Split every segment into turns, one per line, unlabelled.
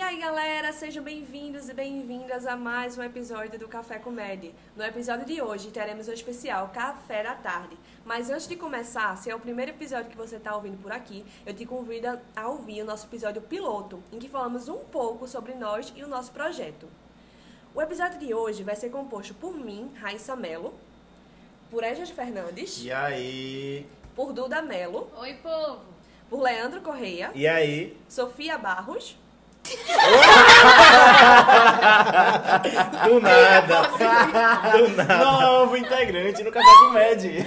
aí, galera! Sejam bem-vindos e bem-vindas a mais um episódio do Café Comédia. No episódio de hoje teremos o especial Café da Tarde. Mas antes de começar, se é o primeiro episódio que você está ouvindo por aqui, eu te convido a ouvir o nosso episódio piloto, em que falamos um pouco sobre nós e o nosso projeto. O episódio de hoje vai ser composto por mim, Raíssa Melo, por Ejas Fernandes,
E aí?
por Duda Melo,
Oi, povo!
por Leandro Correia,
E aí?
Sofia Barros.
Do nada. Do nada. Novo integrante no Café Comédia.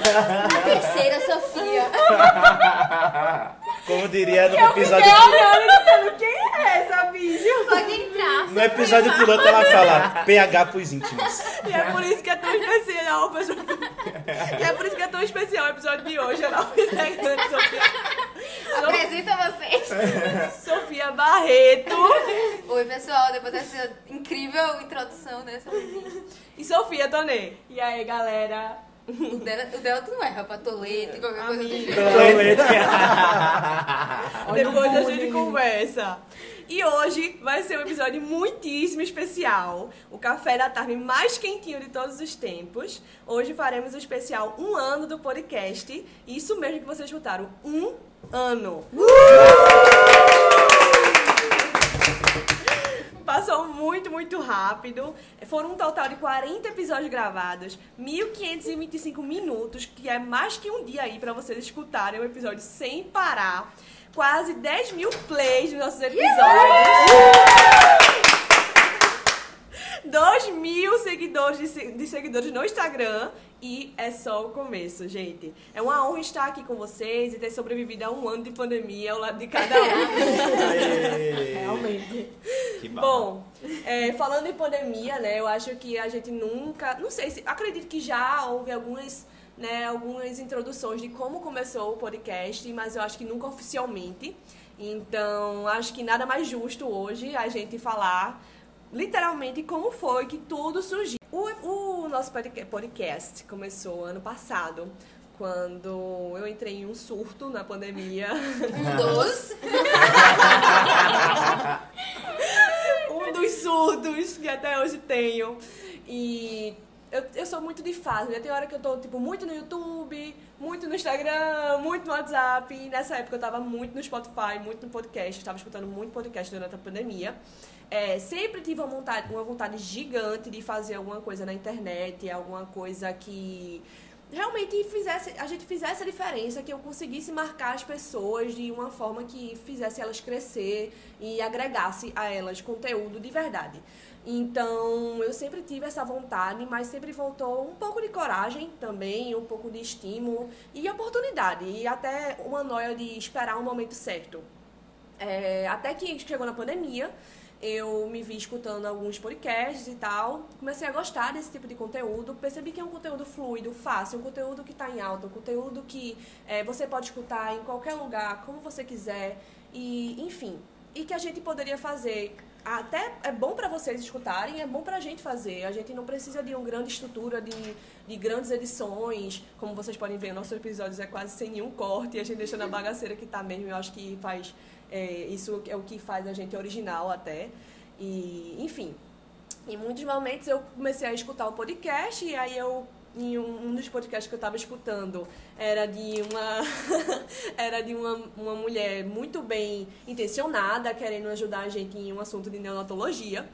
Terceira Sofia.
Como diria no episódio...
olhando dizendo, quem é essa bicho?
Pode entrar.
No episódio piloto ela fala PH pros íntimos.
E é por isso que é tão especial, pessoal. E é por isso que é tão especial o episódio de hoje. Eu não fiz grande Sofia.
Apresenta vocês.
So- Sofia Barreto
É.
Oi, pessoal. Depois dessa incrível introdução né, dessa menina.
e Sofia Tonê. E aí, galera?
O dela, o dela tu não erra pra tolete, qualquer coisa do
Amiga.
jeito.
Depois a gente conversa. E hoje vai ser um episódio muitíssimo especial. O café da tarde mais quentinho de todos os tempos. Hoje faremos o especial Um Ano do Podcast. Isso mesmo que vocês escutaram. Um ano. Passou muito, muito rápido. Foram um total de 40 episódios gravados, 1525 minutos, que é mais que um dia aí pra vocês escutarem o episódio sem parar. Quase 10 mil plays nos nossos episódios. 2 mil seguidores de, se- de seguidores no Instagram. E é só o começo, gente. É uma honra estar aqui com vocês e ter sobrevivido a um ano de pandemia ao lado de cada um. Realmente.
Que
Bom, é, falando em pandemia, né, eu acho que a gente nunca, não sei se, acredito que já houve algumas, né, algumas introduções de como começou o podcast, mas eu acho que nunca oficialmente. Então, acho que nada mais justo hoje a gente falar literalmente como foi que tudo surgiu. O, o nosso podca- podcast começou ano passado, quando eu entrei em um surto na pandemia.
Um dos.
um dos surdos que até hoje tenho. E eu, eu sou muito de fase, né? Tem hora que eu tô, tipo, muito no YouTube, muito no Instagram, muito no WhatsApp. E nessa época eu tava muito no Spotify, muito no podcast. Tava escutando muito podcast durante a pandemia. É, sempre tive uma vontade, uma vontade gigante de fazer alguma coisa na internet, alguma coisa que realmente fizesse, a gente fizesse a diferença, que eu conseguisse marcar as pessoas de uma forma que fizesse elas crescer e agregasse a elas conteúdo de verdade. Então, eu sempre tive essa vontade, mas sempre faltou um pouco de coragem também, um pouco de estímulo e oportunidade, e até uma noia de esperar o momento certo. É, até que chegou na pandemia, eu me vi escutando alguns podcasts e tal. Comecei a gostar desse tipo de conteúdo. Percebi que é um conteúdo fluido, fácil, um conteúdo que está em alta, um conteúdo que é, você pode escutar em qualquer lugar, como você quiser. E, enfim. E que a gente poderia fazer. Até é bom para vocês escutarem, é bom pra gente fazer. A gente não precisa de uma grande estrutura, de, de grandes edições. Como vocês podem ver, nossos episódios é quase sem nenhum corte. E a gente deixa na bagaceira que tá mesmo. Eu acho que faz é, isso é o que faz a gente original até. E, enfim. Em muitos momentos eu comecei a escutar o podcast e aí eu em um, um dos podcasts que eu estava escutando era de uma era de uma, uma mulher muito bem intencionada querendo ajudar a gente em um assunto de neonatologia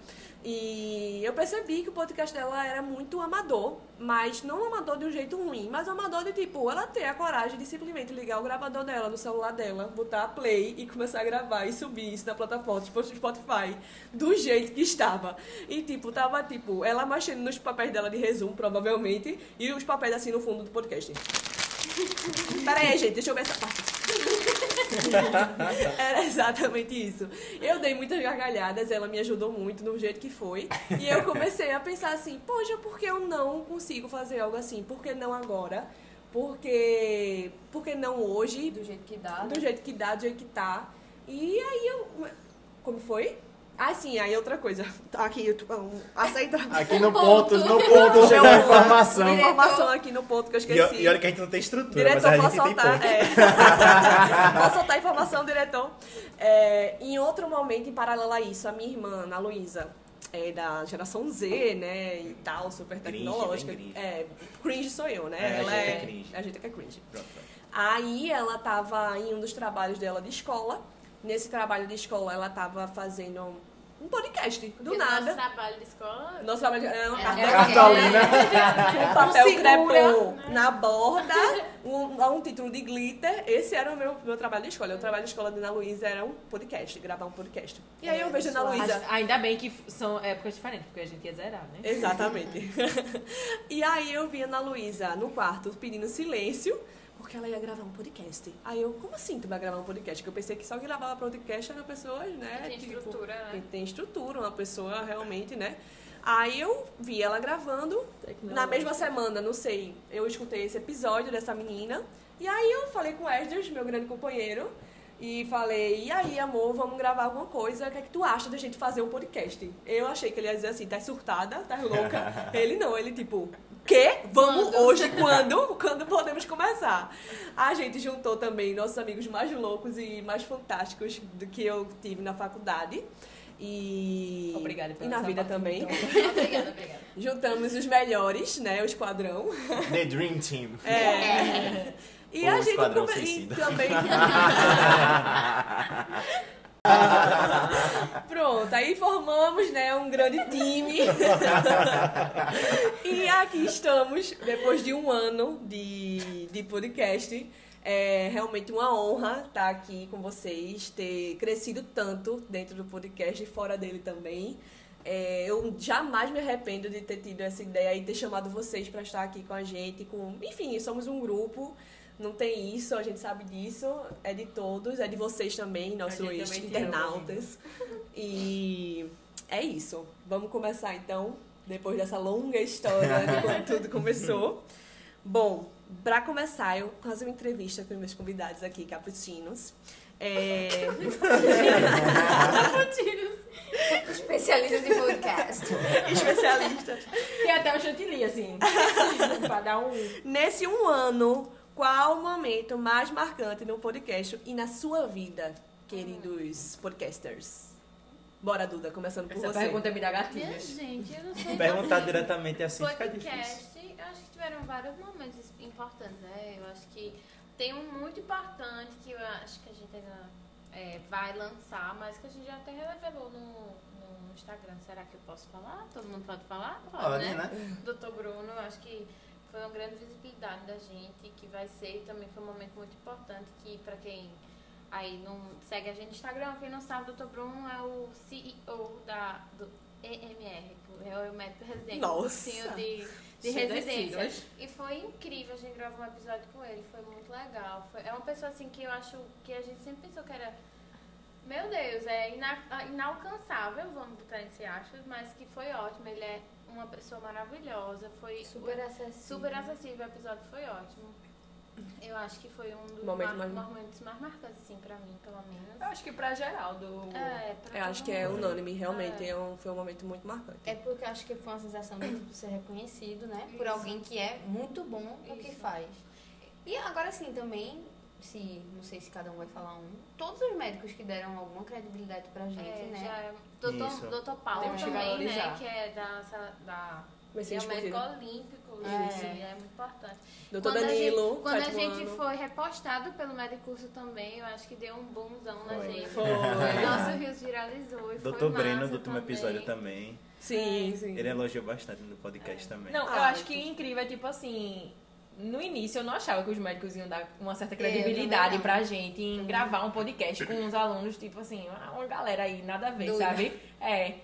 e eu percebi que o podcast dela era muito amador mas não amador de um jeito ruim mas amador de tipo ela ter a coragem de simplesmente ligar o gravador dela no celular dela botar a play e começar a gravar e subir isso na plataforma tipo Spotify do jeito que estava e tipo tava tipo ela mexendo nos papéis dela de resumo provavelmente e os papéis assim no fundo do podcast Pera aí, gente, deixa eu ver essa parte. Era exatamente isso. Eu dei muitas gargalhadas, ela me ajudou muito no jeito que foi. E eu comecei a pensar assim, poxa, por que eu não consigo fazer algo assim? Por que não agora? Por que, por que não hoje?
Do jeito que dá.
Do jeito que dá, do jeito que tá. E aí eu. Como foi? Ah, sim, aí outra coisa. Tá Aqui, eu tô- um, aceita
Aqui no
Ponto.
ponto, no ponto chegou a informação.
Diretor.
informação aqui no ponto que eu
E, o-
esqueci.
e olha que a gente não tem estrutura, mas
Diretor,
a
posso
gente tem
soltar?
pouco.
É. posso soltar a informação, diretor? É, em outro momento, em paralelo a isso, a minha irmã, a Luísa, é da geração Z, né? E tal, super
Cringe,
tecnológica.
bem cringe.
É, cringe sou eu, né?
É, a
ela
gente
é,
é cringe.
A gente que é cringe.
Pronto, pronto.
Aí ela tava em um dos trabalhos dela de escola. Nesse trabalho de escola, ela tava fazendo um- um podcast, do
Porque no
nada.
Nosso trabalho de escola.
Nosso trabalho de- é uma carta
Era
Catalina.
um papel
segura,
crepom na borda, um, um título de glitter. Esse era o meu, meu trabalho de escola. O trabalho de escola da Ana Luísa era um podcast, gravar um podcast. E aí eu vejo a Ana Luísa.
Mas Ainda bem que são épocas diferentes, porque a gente ia zerar, né?
Exatamente. e aí eu vi a Ana Luísa no quarto pedindo silêncio. Porque ela ia gravar um podcast. Aí eu, como assim tu vai gravar um podcast? Porque eu pensei que só quem gravava podcast eram pessoas, né?
Que tem
tipo,
estrutura, né?
que tem estrutura, uma pessoa realmente, né? Aí eu vi ela gravando, na mesma semana, não sei, eu escutei esse episódio dessa menina. E aí eu falei com o Esdras, meu grande companheiro, e falei, e aí, amor, vamos gravar alguma coisa, o que é que tu acha da gente fazer um podcast? Eu achei que ele ia dizer assim, tá surtada, tá louca. ele não, ele tipo, quê? Vamos hoje, quando? Quando podemos começar? A gente juntou também nossos amigos mais loucos e mais fantásticos do que eu tive na faculdade. E,
Obrigada
e
pela
na
essa
vida
parte,
também.
então.
Obrigada, obrigada.
Juntamos os melhores, né? O esquadrão.
The Dream Team.
É. E
Ou
a
o
gente
esquadrão
come- e
suicida.
também. Pronto, aí formamos, né, um grande time. e aqui estamos, depois de um ano de, de podcast. É realmente uma honra estar aqui com vocês, ter crescido tanto dentro do podcast e fora dele também. É, eu jamais me arrependo de ter tido essa ideia e ter chamado vocês para estar aqui com a gente. Com... Enfim, somos um grupo, não tem isso, a gente sabe disso. É de todos, é de vocês também, nossos
também te ama,
internautas. E é isso. Vamos começar então, depois dessa longa história de quando tudo começou. Bom, pra começar, eu faço uma entrevista com meus convidados aqui, capuchinos. É,
Especialista de podcast.
especialista.
Tem até o chantilly, assim, pra dar um...
Nesse um ano, qual o momento mais marcante no podcast e na sua vida, queridos podcasters? Bora, Duda, começando por
Essa
você.
pergunta me dá
Minha
gatilhos.
gente, eu não sei.
Perguntar
direito.
diretamente assim fica difícil.
podcast, eu acho que tiveram vários momentos importantes, né? Eu acho que tem um muito importante que eu acho que a gente ainda é, vai lançar, mas que a gente já até revelou no, no Instagram. Será que eu posso falar? Todo mundo pode falar? Pode,
Olha,
né?
né?
Doutor Bruno, eu acho que foi uma grande visibilidade da gente, que vai ser e também foi um momento muito importante que pra quem aí não segue a gente no Instagram, quem não sabe, o Dr. Bruno é o CEO da do EMR, que é o médico residente,
Nossa!
o senhor de, de
Cheio das
residência.
siglas.
E foi incrível, a gente gravou um episódio com ele, foi muito legal. Foi- é uma pessoa assim que eu acho que a gente sempre pensou que era meu Deus, é ina- ah, inalcançável, vamos botar entre aspas, mas que foi ótimo. Ele é uma pessoa maravilhosa, foi
Super acessível.
super acessível, o episódio foi ótimo. Eu acho que foi um dos
Momento
mar-
mais-
momentos mais marcantes, assim, pra mim, pelo menos.
Eu acho que pra Geraldo...
É, pra
Ah, Eu
todo
acho que é
mundo.
unânime, realmente.
É.
É um, foi um momento muito marcante.
É porque eu acho que foi uma sensação de tipo, ser reconhecido, né? Por
Isso.
alguém que é muito bom no que
Isso.
faz. E agora sim, também, se não sei se cada um vai falar um, todos os médicos que deram alguma credibilidade pra gente,
É,
né?
já é.
Isso.
Doutor, doutor Paulo
Temos que
também, né?
valorizar.
Que é da. sa- da
Vai ser
ele é um médico
discutido.
olímpico,
Isso.
e é muito importante.
Doutor
Quando a gente-
Danilo,
quando a
sétimo
gente
ano.
foi repostado pelo Medicurso também, eu acho que deu um boomzão na
Foi.
gente.
Foi.
Nosso Rios viralizou e foi
Doutor
massa
Breno, do último
também.
episódio também.
Sim, sim.
Ele é- elogiou bastante no podcast também.
Não, eu
Ah,
acho que incrível é tipo assim. No início eu não achava que os médicos iam dar uma certa credibilidade
também não.
pra gente em ah, gravar um podcast com uns alunos, tipo assim, uma uma galera aí, nada a ver,
Doida.
sabe? É.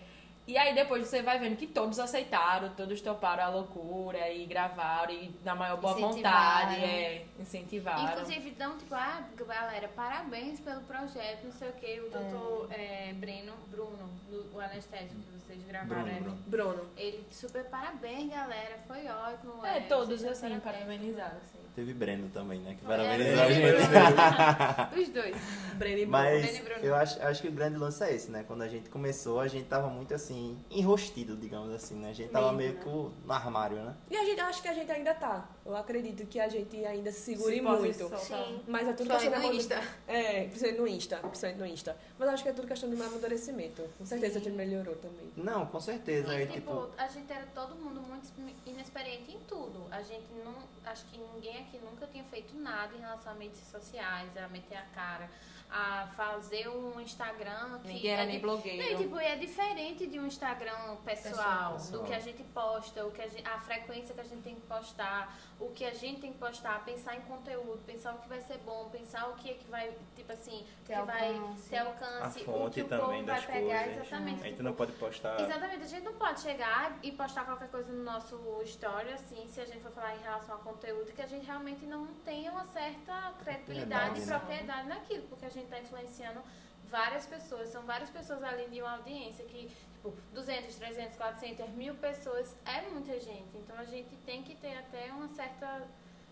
E aí depois você vai vendo que todos aceitaram, todos toparam a loucura e gravaram e na maior boa
Incentivaram.
vontade, é, incentivaram.
Inclusive, dão tipo, ah, galera, parabéns pelo projeto, não sei o que, o doutor é, Breno, Bruno, do- o anestésico que vocês gravaram.
Bruno,
né?
Bruno.
Bruno.
Ele, super parabéns, galera, foi ótimo.
é, todos
vocês
assim,
dão
parabenizados, assim.
Teve Breno também, né? Que
É,
parabenizou a
Breno e
gente.
Bruno. Os dois.
Breno e Bruno.
Breno
Mas
e Bruno.
eu acho, acho que o grande lance é esse, né? Quando a gente começou, a gente tava muito assim, enrostido, digamos assim, né? A gente tava meio
Mesmo,
que no armário, né?
E a gente, acho que a gente ainda tá. Eu acredito que a gente ainda se segure
Se
muito.
posição.
Sim.
Mas é tudo
Só
questão
ir
de
no
amadu-
Insta.
É, principalmente no Insta, principalmente no Insta. Mas acho que é tudo questão de amadurecimento. Com certeza a gente melhorou também.
Não, com certeza.
E,
aí,
tipo, a gente era todo mundo muito inexperiente em tudo. A gente não. Acho que ninguém aqui nunca tinha feito nada em relação a mídias sociais, a meter a cara, a fazer um Instagram que.
Ninguém era
é
nem
di-
blogueiro.
Não, e, tipo, é diferente de um Instagram pessoal,
Pessoal,
pessoal.
do que a gente posta, o que a, gente, a frequência que a gente tem que postar, o que a gente tem que postar, pensar em conteúdo, pensar o que vai ser bom, pensar o que é que vai, tipo assim,
Ter
que vai
alcance.
ter
a
alcance, assim, o que
fonte
o povo
também
vai
das
pegar,
coisas.
exatamente.
A gente
tipo,
não pode postar.
Exatamente, a gente não pode chegar e postar qualquer coisa no nosso story, assim, se a gente for falar em relação a conteúdo, que a gente realmente não tenha uma certa credibilidade
Verdade,
e
né?
propriedade naquilo, porque a gente está influenciando várias pessoas, são várias pessoas além de uma audiência que, tipo, 200, 300, 400, mil pessoas é muita gente, então a gente tem que ter até uma certa,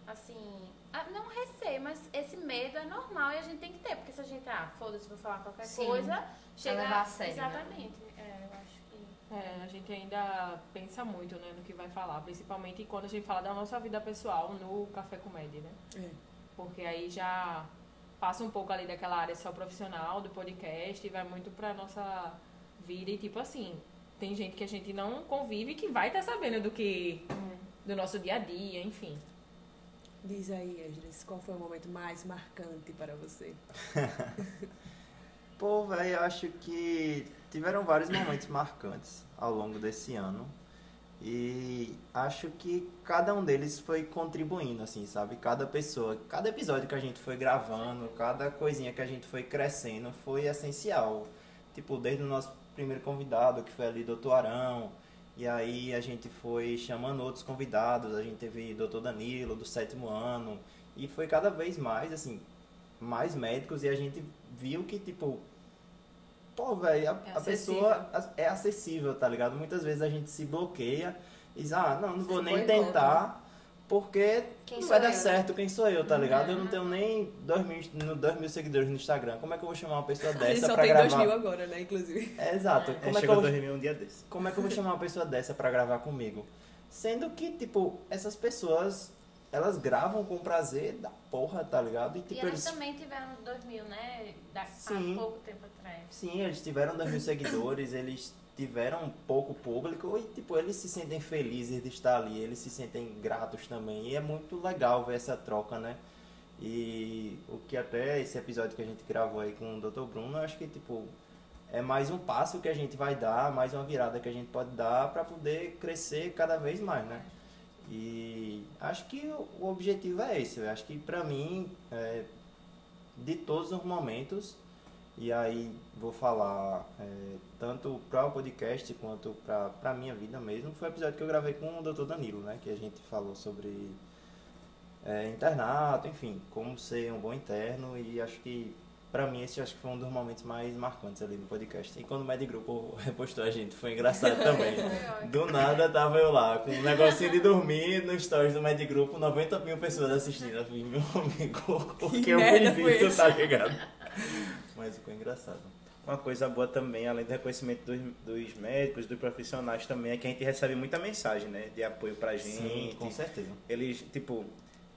assim, ah, não receio, mas esse medo é normal e a gente tem que ter, porque se a gente, ah, foda-se, vou falar qualquer
Sim,
coisa, chega...
levar a sério, né?
Exatamente, é, eu acho que...
É, a gente ainda pensa muito, né, no que vai falar, principalmente quando a gente fala da nossa vida pessoal no Café Comédia, né?
É.
Porque aí já passa um pouco ali daquela área só profissional do podcast e vai muito pra nossa vida e tipo assim, tem gente que a gente não convive que vai estar sabendo do que do nosso dia a dia, enfim.
Diz aí, Angelis, qual foi o momento mais marcante para você?
Pô, velho, eu acho que tiveram vários momentos marcantes ao longo desse ano. E acho que cada um deles foi contribuindo, assim, sabe? Cada pessoa, cada episódio que a gente foi gravando, cada coisinha que a gente foi crescendo foi essencial. Tipo, desde o nosso primeiro convidado, que foi ali Doutor Arão, e aí a gente foi chamando outros convidados, a gente teve Doutor Danilo, do sétimo ano, e foi cada vez mais, assim, mais médicos e a gente viu que, tipo, pô, velho, a,
É
a pessoa a- é acessível, tá ligado? Muitas vezes a gente se bloqueia e diz, ah, não, não vou nem
boicota.
tentar, porque
Quem
não
sou
vai dar
eu, né?
certo quem sou eu, tá ligado? Eu não
Uhum.
tenho nem dois mil, no- dois mil seguidores no Instagram, como é que eu vou chamar uma pessoa
a gente
dessa
só
pra
tem dois mil
gravar?
agora, né, inclusive.
É, Exato,
É,
como é que
chegou
eu
a dormir um dia desse.
como é que eu vou chamar uma pessoa dessa pra gravar comigo? Sendo que, tipo, essas pessoas, elas gravam com prazer da porra, tá ligado? E,
E
tipo,
elas
eles
também tiveram 2000, né? Da,
Sim.
Há pouco tempo atrás.
Sim, eles tiveram 2 mil seguidores, eles tiveram um pouco público e, tipo, eles se sentem felizes de estar ali, eles se sentem gratos também. E é muito legal ver essa troca, né? E o que até esse episódio que a gente gravou aí com o Dr. Bruno, eu acho que, tipo, é mais um passo que a gente vai dar, mais uma virada que a gente pode dar para poder crescer cada vez mais, né? E acho que o- o objetivo é esse. Eu acho que, pra mim, é, de todos os momentos, e aí vou falar é, tanto para o podcast quanto para a minha vida mesmo. Foi o episódio que eu gravei com o Dr. Danilo, né? Que a gente falou sobre é, internato, enfim, como ser um bom interno. E acho que, para mim, esse acho que foi um dos momentos mais marcantes ali no podcast. E quando o Med Grupo repostou a gente, foi engraçado também. né? Do nada tava eu lá, com um negocinho de dormir no stories do Med Grupo, 90 mil pessoas assistindo. Eu falei, meu amigo, por
Que
que eu
merda
fiz
foi
isso,
essa?
tá ligado? Mas ficou engraçado.
Uma coisa boa também, além do reconhecimento dos, dos médicos, dos profissionais também, é que a gente recebe muita mensagem, né? De apoio pra gente.
Sim, com certeza.
Eles, tipo,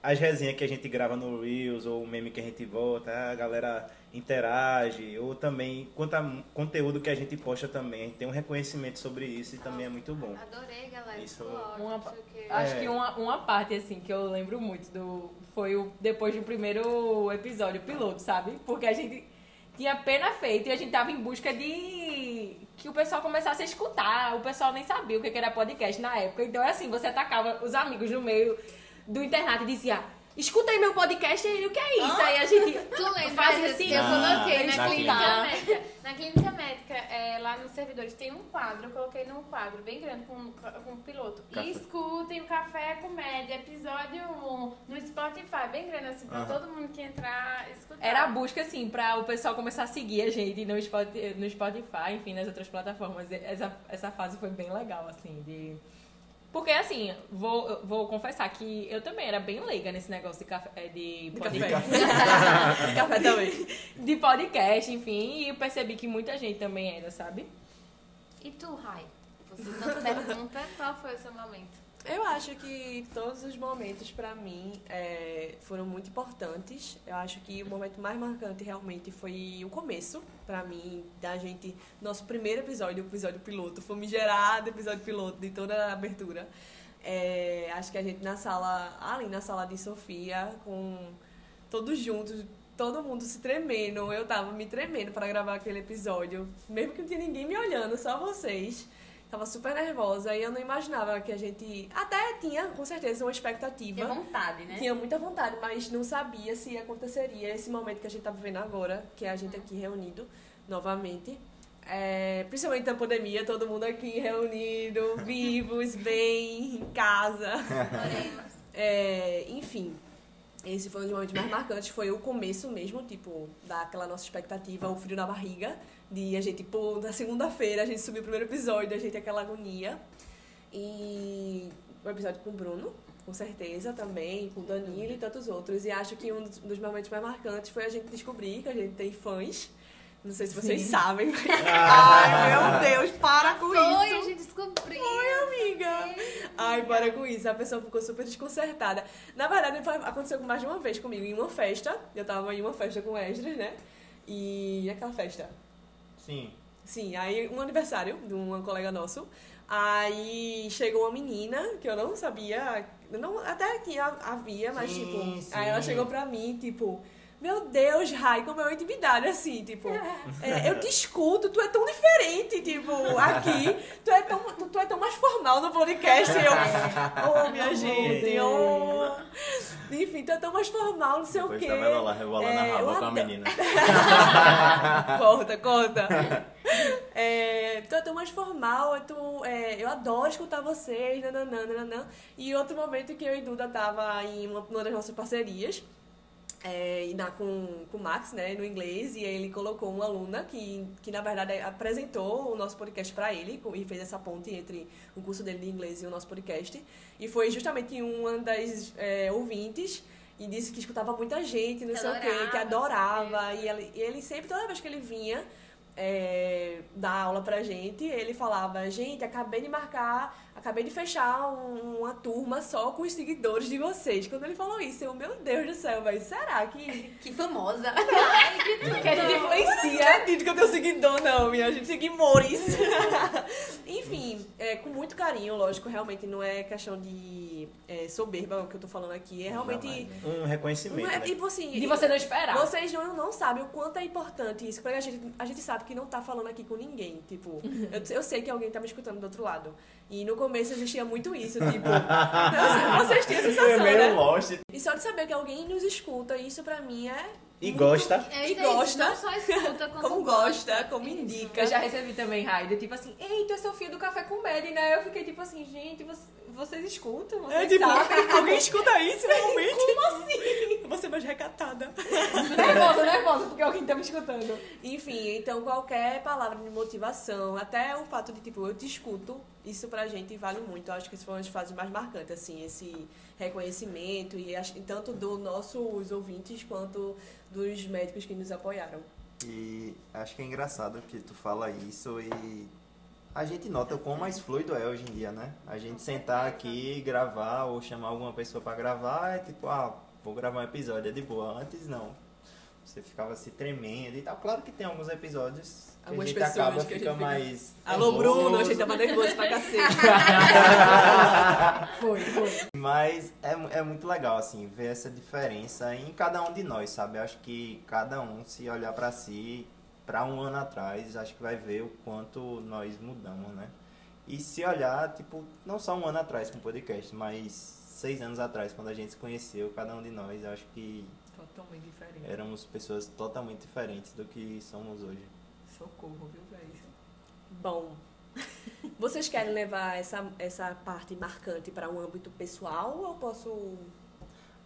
as resenhas que a gente grava no Reels ou o meme que a gente volta, a galera interage, ou também quanto a conteúdo que a gente posta também, a gente tem um reconhecimento sobre isso e também é muito bom.
Adorei, galera.
Isso
foi ótimo,
uma-
não sei o quê.
Acho que uma, uma parte, assim, que eu lembro muito do. Foi o, depois do primeiro episódio piloto, sabe? Porque a gente tinha pena feita e a gente tava em busca de. que o pessoal começasse a escutar. O pessoal nem sabia o que que era podcast na época. Então é assim, você atacava os amigos no meio do internato e dizia. Escuta aí meu podcast e aí, o que é isso? Aí a gente.
Tu lembra
Faz
desse
assim,
que eu né,
na-
coloquei na,
na
clínica
clínica.
médica? Na Na clínica médica, é, lá nos servidores, tem um quadro, eu coloquei num quadro bem grande com, com um piloto.
Café.
Escutem o Café Comédia, episódio 1, no Spotify, bem grande assim, pra
Aham.
todo mundo que entrar escutar.
Era a busca, assim, pra o pessoal começar a seguir a gente no Spotify, no Spotify enfim, nas outras plataformas. Essa, essa fase foi bem legal, assim, de... Porque, assim, vou, vou confessar que eu também era bem leiga nesse negócio de café... eh, De, podcast.
Café também.
de podcast, enfim. E eu percebi que muita gente também era, sabe?
E tu, Rai? Você tanto pergunta, qual foi o seu momento?
Eu acho que todos os momentos pra mim é, foram muito importantes. Eu acho que o momento mais marcante realmente foi o começo pra mim da gente nosso primeiro episódio, o episódio piloto, famigerado episódio piloto de toda a abertura. É, acho que a gente na sala, ali na sala de Sofia, com todos juntos, todo mundo se tremendo. Eu tava me tremendo pra gravar aquele episódio, mesmo que não tinha ninguém me olhando, só vocês. Tava super nervosa e eu não imaginava que a gente. Até tinha, com certeza, uma expectativa.
Tinha vontade, né?
Tinha muita vontade, mas não sabia se aconteceria esse momento que a gente tá vivendo agora, que é a
Uhum.
gente aqui reunido novamente. É, principalmente na pandemia, todo mundo aqui reunido, vivos, bem, em casa.
Oremos.
É, enfim, esse foi um dos momentos mais marcantes, foi o começo mesmo, tipo, daquela nossa expectativa, o frio na barriga, de a gente, pô, na segunda-feira a gente subiu o primeiro episódio, a gente aquela agonia. E o episódio com o Bruno, com certeza também, com o Danilo e tantos outros. E acho que um dos, um dos momentos mais marcantes foi a gente descobrir que a gente tem fãs. Não sei se vocês sabem, mas... Ai, meu Deus, para com isso!
Foi, a gente descobriu.
amiga. Ai, para com isso. A pessoa ficou super desconcertada. Na verdade, foi- aconteceu mais de uma vez comigo em uma festa. Eu tava em uma festa com o Esdras, né? E aquela festa.
Sim.
Sim, aí um aniversário de um colega nosso. Aí chegou uma menina que eu não sabia, não, até tinha, havia, mas
Sim,
tipo,
sim.
aí ela chegou pra mim, tipo, meu Deus, Rai, como eu intimidade, assim, tipo, é, eu te escuto, tu é tão diferente, tipo, aqui, tu é tão, tu, tu é tão mais formal no podcast, e eu, oh, minha gente, oh. enfim, tu é tão mais formal, não sei
Depois
o quê.
tava ela lá rebolando
É,
a
eu
raba com a
adoro-
menina.
corta, corta. É, tu é tão mais formal, é tu, é, eu adoro escutar vocês, nananã, nananã. E outro momento que eu e Duda tava em uma, numa das nossas parcerias, é, e na, com, com o Max, né, no inglês, e aí ele colocou uma aluna que, que na verdade, apresentou o nosso podcast pra ele co- e fez essa ponte entre o curso dele de inglês e o nosso podcast. E foi justamente uma das é, ouvintes e disse que escutava muita gente, não sei o quê, que adorava. E ele, e ele sempre, toda vez que ele vinha é, dar aula pra gente, ele falava, gente, acabei de marcar, acabei de fechar um- uma turma só com os seguidores de vocês. Quando ele falou isso, eu, meu Deus do céu, mas será que,
Que famosa.
que a gente influencia? Eu não acredito que eu tenho seguidor, não, minha gente, seguimores. Enfim, é, com muito carinho, lógico, realmente não é questão de é, soberba o que eu tô falando aqui, é realmente...
Jamais, né?
Um reconhecimento,
Não é,
né?
tipo assim,
De você não esperar.
vocês não, não sabem o quanto é importante isso, porque a gente, a gente sabe que não tá falando aqui com ninguém, tipo, eu, eu sei que alguém tá me escutando do outro lado. E no começo existia muito isso, tipo, eu sei, vocês têm a
É
sensação,
meio
né?
lost.
E só de saber que alguém nos escuta, isso pra mim é
E gosta.
É
E
isso,
gosta.
Não só escuta, como,
como gosta, como indica.
Eu já recebi também raio, tipo assim, eita, é Sofia do Café com Mary, né? Eu fiquei tipo assim, gente, vocês, vocês escutam, vocês
É tipo,
sabem.
alguém escuta isso realmente? Como assim? Você é mais recatada.
Nervosa, nervosa, porque alguém tá me escutando.
Enfim, então qualquer palavra de motivação, até o fato de, tipo, eu te escuto, isso pra gente vale muito. Eu acho que isso foi uma das fases mais marcantes, assim, esse reconhecimento, e acho- e tanto dos nossos ouvintes quanto dos médicos que nos apoiaram.
E acho que é engraçado que tu fala isso e a gente nota o quão mais fluido é hoje em dia, né? A gente sentar aqui e gravar ou chamar alguma pessoa pra gravar é tipo, ah, vou gravar um episódio, é de boa. Antes não. Você ficava se tremendo e tal. Claro que tem alguns episódios que
Algumas
a gente
pessoas
acaba
que a gente
fica
fica-
mais.
Alô,
nervoso.
Bruno, a gente tava nervoso pra cacete.
Foi, foi.
Mas é, mu- é muito legal, assim, ver essa diferença em cada um de nós, sabe? Eu acho que cada um, se olhar pra si, pra um ano atrás, acho que vai ver o quanto nós mudamos, né? E se olhar, tipo, não só um ano atrás com o podcast, mas seis anos atrás, quando a gente se conheceu, cada um de nós, eu acho que
Totalmente diferente.
éramos pessoas totalmente diferentes do que somos hoje.
Socorro, viu, pra isso.
Bom, vocês querem levar essa, essa parte marcante para um âmbito pessoal ou eu posso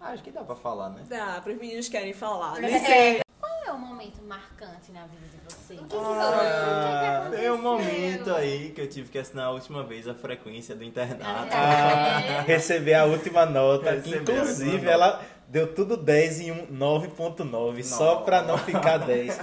Ah, acho que dá pra falar, né?
dar para os meninos que querem falar? Né?
Qual é o momento marcante na vida de vocês?
O que que
Ah,
rolou? O que que
tem um
aconteceu?
momento aí que eu tive que assinar a última vez a frequência do internato.
Ah, receber a última nota.
Receber
que,
a última
Inclusive,
nota.
ela deu tudo 10 em um 9.9, só pra não ficar 10.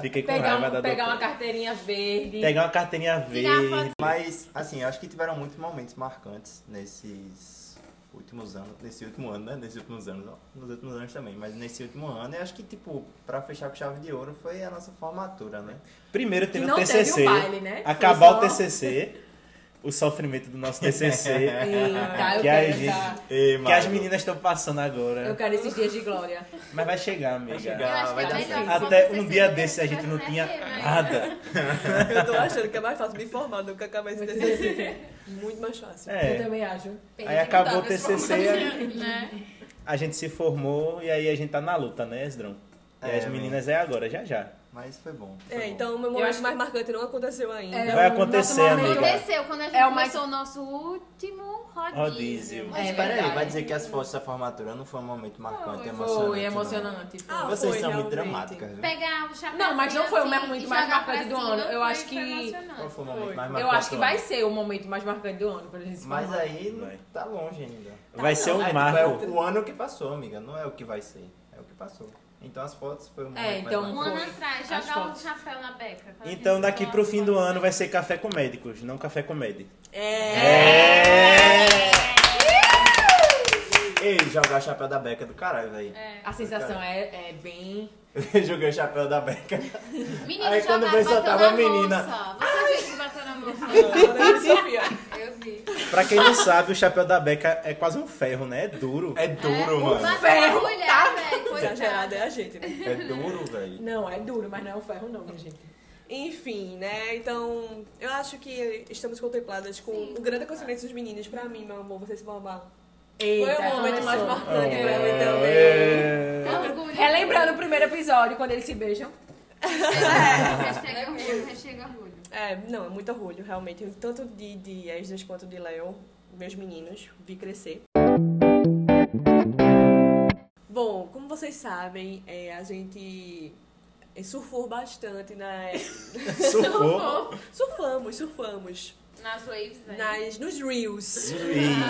Fiquei com
Pegar,
raiva
um-
da
pegar uma
doutora.
carteirinha verde.
Pegar uma carteirinha verde.
Mas, assim, acho que tiveram muitos momentos marcantes nesses últimos anos. Nesse último ano, né? Nesses últimos anos. ó, Nos últimos anos também, mas nesse último ano. Eu acho que, tipo, pra fechar com chave de ouro foi a nossa formatura, né?
Primeiro
Que
teve o
não teve
TCC.
o baile, né? Foi
Acabar
só-
o TCC. O sofrimento do nosso TCC.
Eita, eu
que, a
quero
gente-
essa-
Ei,
que as
Marco,
meninas estão passando
Eu
agora.
quero esses dias de glória.
Mas vai chegar, amiga.
chegar.
Eu acho
Vai
que
dar
é melhor.
certo.
Até
Você
um
se
dia
vê,
desse a gente não
vai
tinha Ah,
ser, né?
nada.
Eu tô achando que é mais fácil me formar do que acabar esse TCC. assim. Muito mais fácil.
Eu
É.
também acho.
Aí acabou o TCC,
um
Né?
a gente se formou e aí a gente tá na luta, né, Esdrão? E
É,
as meninas é agora, já já.
Mas foi bom. foi
É,
bom.
então meu
Eu
momento
acho que-
mais marcante não aconteceu ainda.
É,
Vai
o
acontecer,
nosso
amiga.
momento-
Aconteceu quando a gente
É o mais-
começou o nosso último rodízio.
Rodízio.
Mas
É
peraí,
verdade.
vai dizer que as fotos da formatura não foi um momento marcante, emocionante.
Foi
não.
emocionante. foi.
Ah,
Vocês
foi,
são muito
realmente.
dramáticas. viu?
Pegar o chapéu.
Não, mas não foi o
assim,
momento
e
mais
jogar
marcante
pra
do
cima,
ano. Eu
foi-
acho
foi
que-
emocionante.
Qual foi o momento mais
Eu
marcante
acho que
do
vai
ano?
ser o momento mais marcante do ano pra gente se
Mas
formar.
aí não
Vai.
tá longe ainda.
Vai ser
Ah,
um
tipo, é
marco.
o, o ano que passou, amiga. Não é o que vai ser. É o que passou. Então as fotos foram muito mais
então-
Um
marcantes.
ano
Foi.
atrás,
As
jogar o
fotos.
chapéu na beca. Quando a
Então
gente
daqui
toma
pro fim do
uma-
ano vai ser café com médicos, não café com médico.
É! Ei, jogar chapéu da beca é do caralho, velho.
A sensação é, é bem.
Joguei o chapéu da beca.
Menino,
Aí,
já
quando
ba-
vê, só
bateu
tava
na
a menina.
moça. Você viu que bateu na moça?
Sofia.
Eu vi.
Pra quem não sabe, o chapéu da beca é quase um ferro, né? É duro.
É duro, mano.
Bateu na
tá?
mulher, velho.
Exagerada
Coitada.
é a gente, né?
É duro, velho.
Não, é duro, mas não é o ferro, não, minha gente.
Enfim, né? Então, eu acho que estamos contempladas com
Sim.
o grande acontecimento dos meninos. Pra mim, meu amor, vocês vão amar.
Eita,
Foi o momento mais
começou.
marcante
É.
pra mim também.
É.
Dá orgulho.
Relembrando o primeiro episódio, quando eles se beijam.
Hashtag orgulho, hashtag orgulho.
É, não, é muito orgulho, realmente. Eu, Tanto de, de Esdras quanto de Léo, meus meninos, vi crescer. Bom, como vocês sabem, é, a gente surfou bastante, né?
É. Surfou.
surfamos, surfamos.
Nas waves, né?
Nas, nos Reels.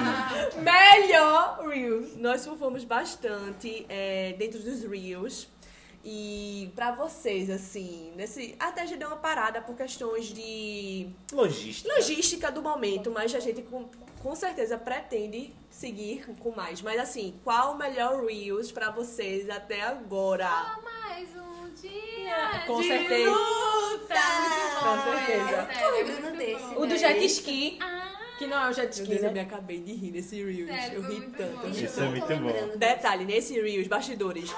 Melhor Reels.
Nós surfamos bastante é, dentro dos Reels. E pra vocês, assim, nesse, até já deu uma parada por questões de
Logística.
logística do momento, mas a gente com, com certeza pretende seguir com mais. Mas assim, qual o melhor Reels pra vocês até agora?
Mais um dia
Com
de
certeza.
luta. Muito bom,
Com certeza.
é, sério,
lembrando
muito
desse.
bom.
O do jet ski,
Ah,
que não é o jet
Meu
ski,
Deus, eu me
né?
acabei de rir nesse Reels.
Sério,
eu
foi
ri
muito
tanto.
bom.
Bicho,
Isso
eu
é
não tô
muito bom.
lembrando disso.
Detalhe, nesse Reels, bastidores.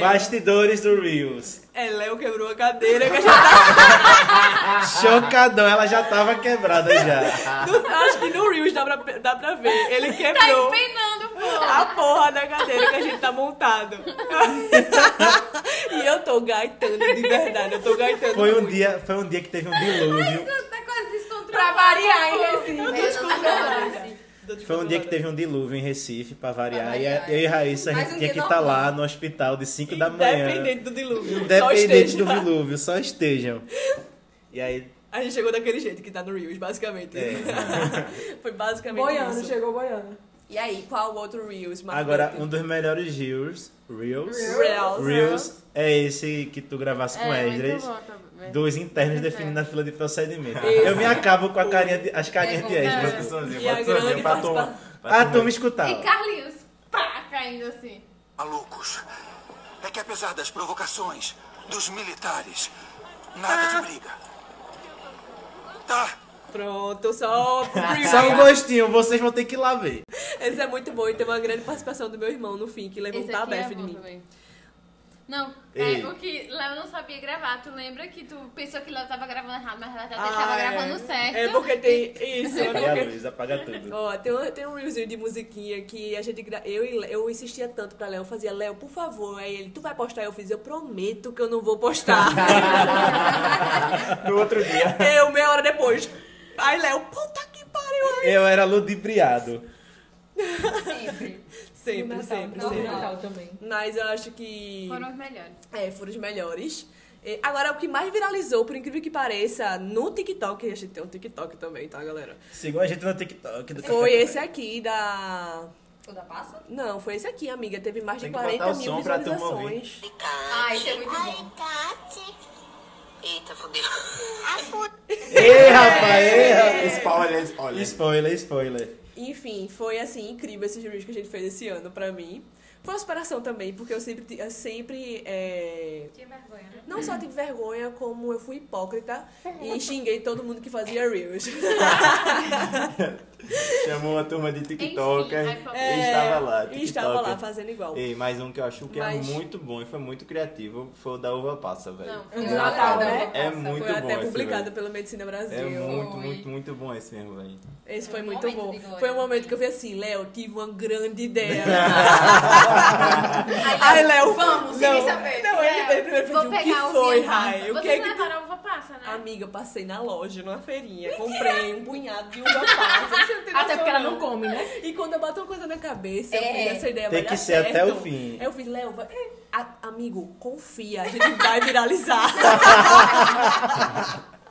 Bastidores do Reels.
É, Léo quebrou a cadeira que a gente tá
Chocadão, ela já tava quebrada já.
No- acho que no Reels dá pra, dá pra ver. Ele quebrou
penando, pô.
a porra da cadeira que a gente tá montado. e eu tô gaitando de verdade, eu tô gaitando.
Foi um
muito.
dia, foi um dia que teve um dilúvio.
Tá quase
Pra
descontrolado.
variar em Recife.
Mas eu não tô lembrando
assim.
disso.
Tô te
Foi um dia que
controlando.
teve um dilúvio em Recife, pra variar.
Pra
e
variar.
a- eu e Raíssa, a
Mais
gente
um
tinha
dia
que estar tá lá
normal.
no hospital de 5 da manhã.
Independente do dilúvio. só
Independente
esteja.
do dilúvio, só estejam. E aí, é,
A gente chegou daquele jeito que tá no Reels, basicamente. Foi basicamente
Boiano,
isso.
chegou boiano.
E aí, qual o outro Reels? marcante?
agora um dos melhores Reels, Reels,
Reels.
Reels é esse que tu gravasse com
É,
Esdras.
muito bom também.
Dois internos definindo a fila de procedimento.
Esse.
Eu me acabo com a carinha de- as carinhas de
É.
Esdras.
Produçãozinha,
E a grande
produçãozinha pra tomar.
Ah, tu me escutava.
E Carlinhos, pá, caindo assim.
Malucos, é que apesar das provocações dos militares, nada de briga. Tá?
Pronto, só pro Reels.
Só um gostinho, vocês vão ter que ir lá ver.
Esse é muito bom e tem uma grande participação do meu irmão no fim, que levou
Esse
um tabefe
aqui é
de
bom
mim.
também. Não,
Ei.
é, o que Léo não sabia gravar. Tu lembra que tu pensou que Léo tava gravando errado, mas na verdade ele tava
Ah, é.
gravando certo.
É porque tem isso.
Tá
é
Apaga a
porque-
luz, apaga tudo.
Ó, tem um, tem um reelzinho de musiquinha que a gente gra... eu, e Le- eu insistia tanto pra Léo, eu fazia, Léo, por favor, aí ele, tu vai postar, eu fiz, eu prometo que eu não vou postar.
No outro dia.
eu, meia hora depois. Aí Léo, puta que pariu.
Eu era ludibriado.
Sempre.
Sempre, sempre,
No
sempre.
Natal também.
Mas eu acho que.
tá, Foram os melhores.
É, foram os melhores. E Agora, o que mais viralizou, por incrível que pareça, no TikTok, a gente tem um TikTok também, tá, galera?
Sigam a gente no TikTok. do
Foi
Café
esse aqui da.
Toda passa?
Não, foi esse aqui, amiga. Teve mais de
Tem que botar
40
o
mil
som pra turma ouvir.
visualizações.
Ah, isso é muito bom.
Eita, fodeu.
Café. Ei, rapaz, ei, rapaz.
Spoiler, spoiler.
Spoiler, spoiler.
Enfim, foi assim, incrível esses vídeos que a gente fez esse ano pra mim. Foi uma superação também, porque eu sempre. ti- Eu sempre é,
Tinha vergonha, né?
Não só tive vergonha, como eu fui hipócrita e xinguei todo mundo que fazia Reels.
Chamou a turma de
Enfim,
TikToker
aí, por
É.
e estava lá.
E estava lá
TikToker.
fazendo igual.
Ei, mais um que eu acho que
Mas-
é muito bom e foi muito criativo foi o da uva passa, velho.
Não,
No
eu-
Natal,
eu-
né?
É
Foi
muito
foi
bom
até
esse,
publicado
velho.
pelo Medicina Brasil.
É muito,
Foi.
muito, muito bom esse mesmo, velho.
Esse foi
Um
muito
momento
bom.
de glória.
Foi um momento que eu vi assim, Léo, tive uma grande ideia. Ai, Léo,
vamos,
não,
sem saber.
Não, ele veio primeiro e
Vou
pediu, o que
pegar o
foi,
vinho.
Rai? O que é que
Vocês
tu...
levaram a uva passa, né?
Amiga, eu passei na loja, numa feirinha, comprei um punhado de uva passa. Você não tem
Até
noção,
porque ela não come, né?
E quando eu bato uma coisa na cabeça, eu
É.
fiz essa ideia
Tem
vai
que
dar
ser
certo.
até o fim.
Eu fiz, Léo, vai- a- amigo, confia, a gente vai viralizar.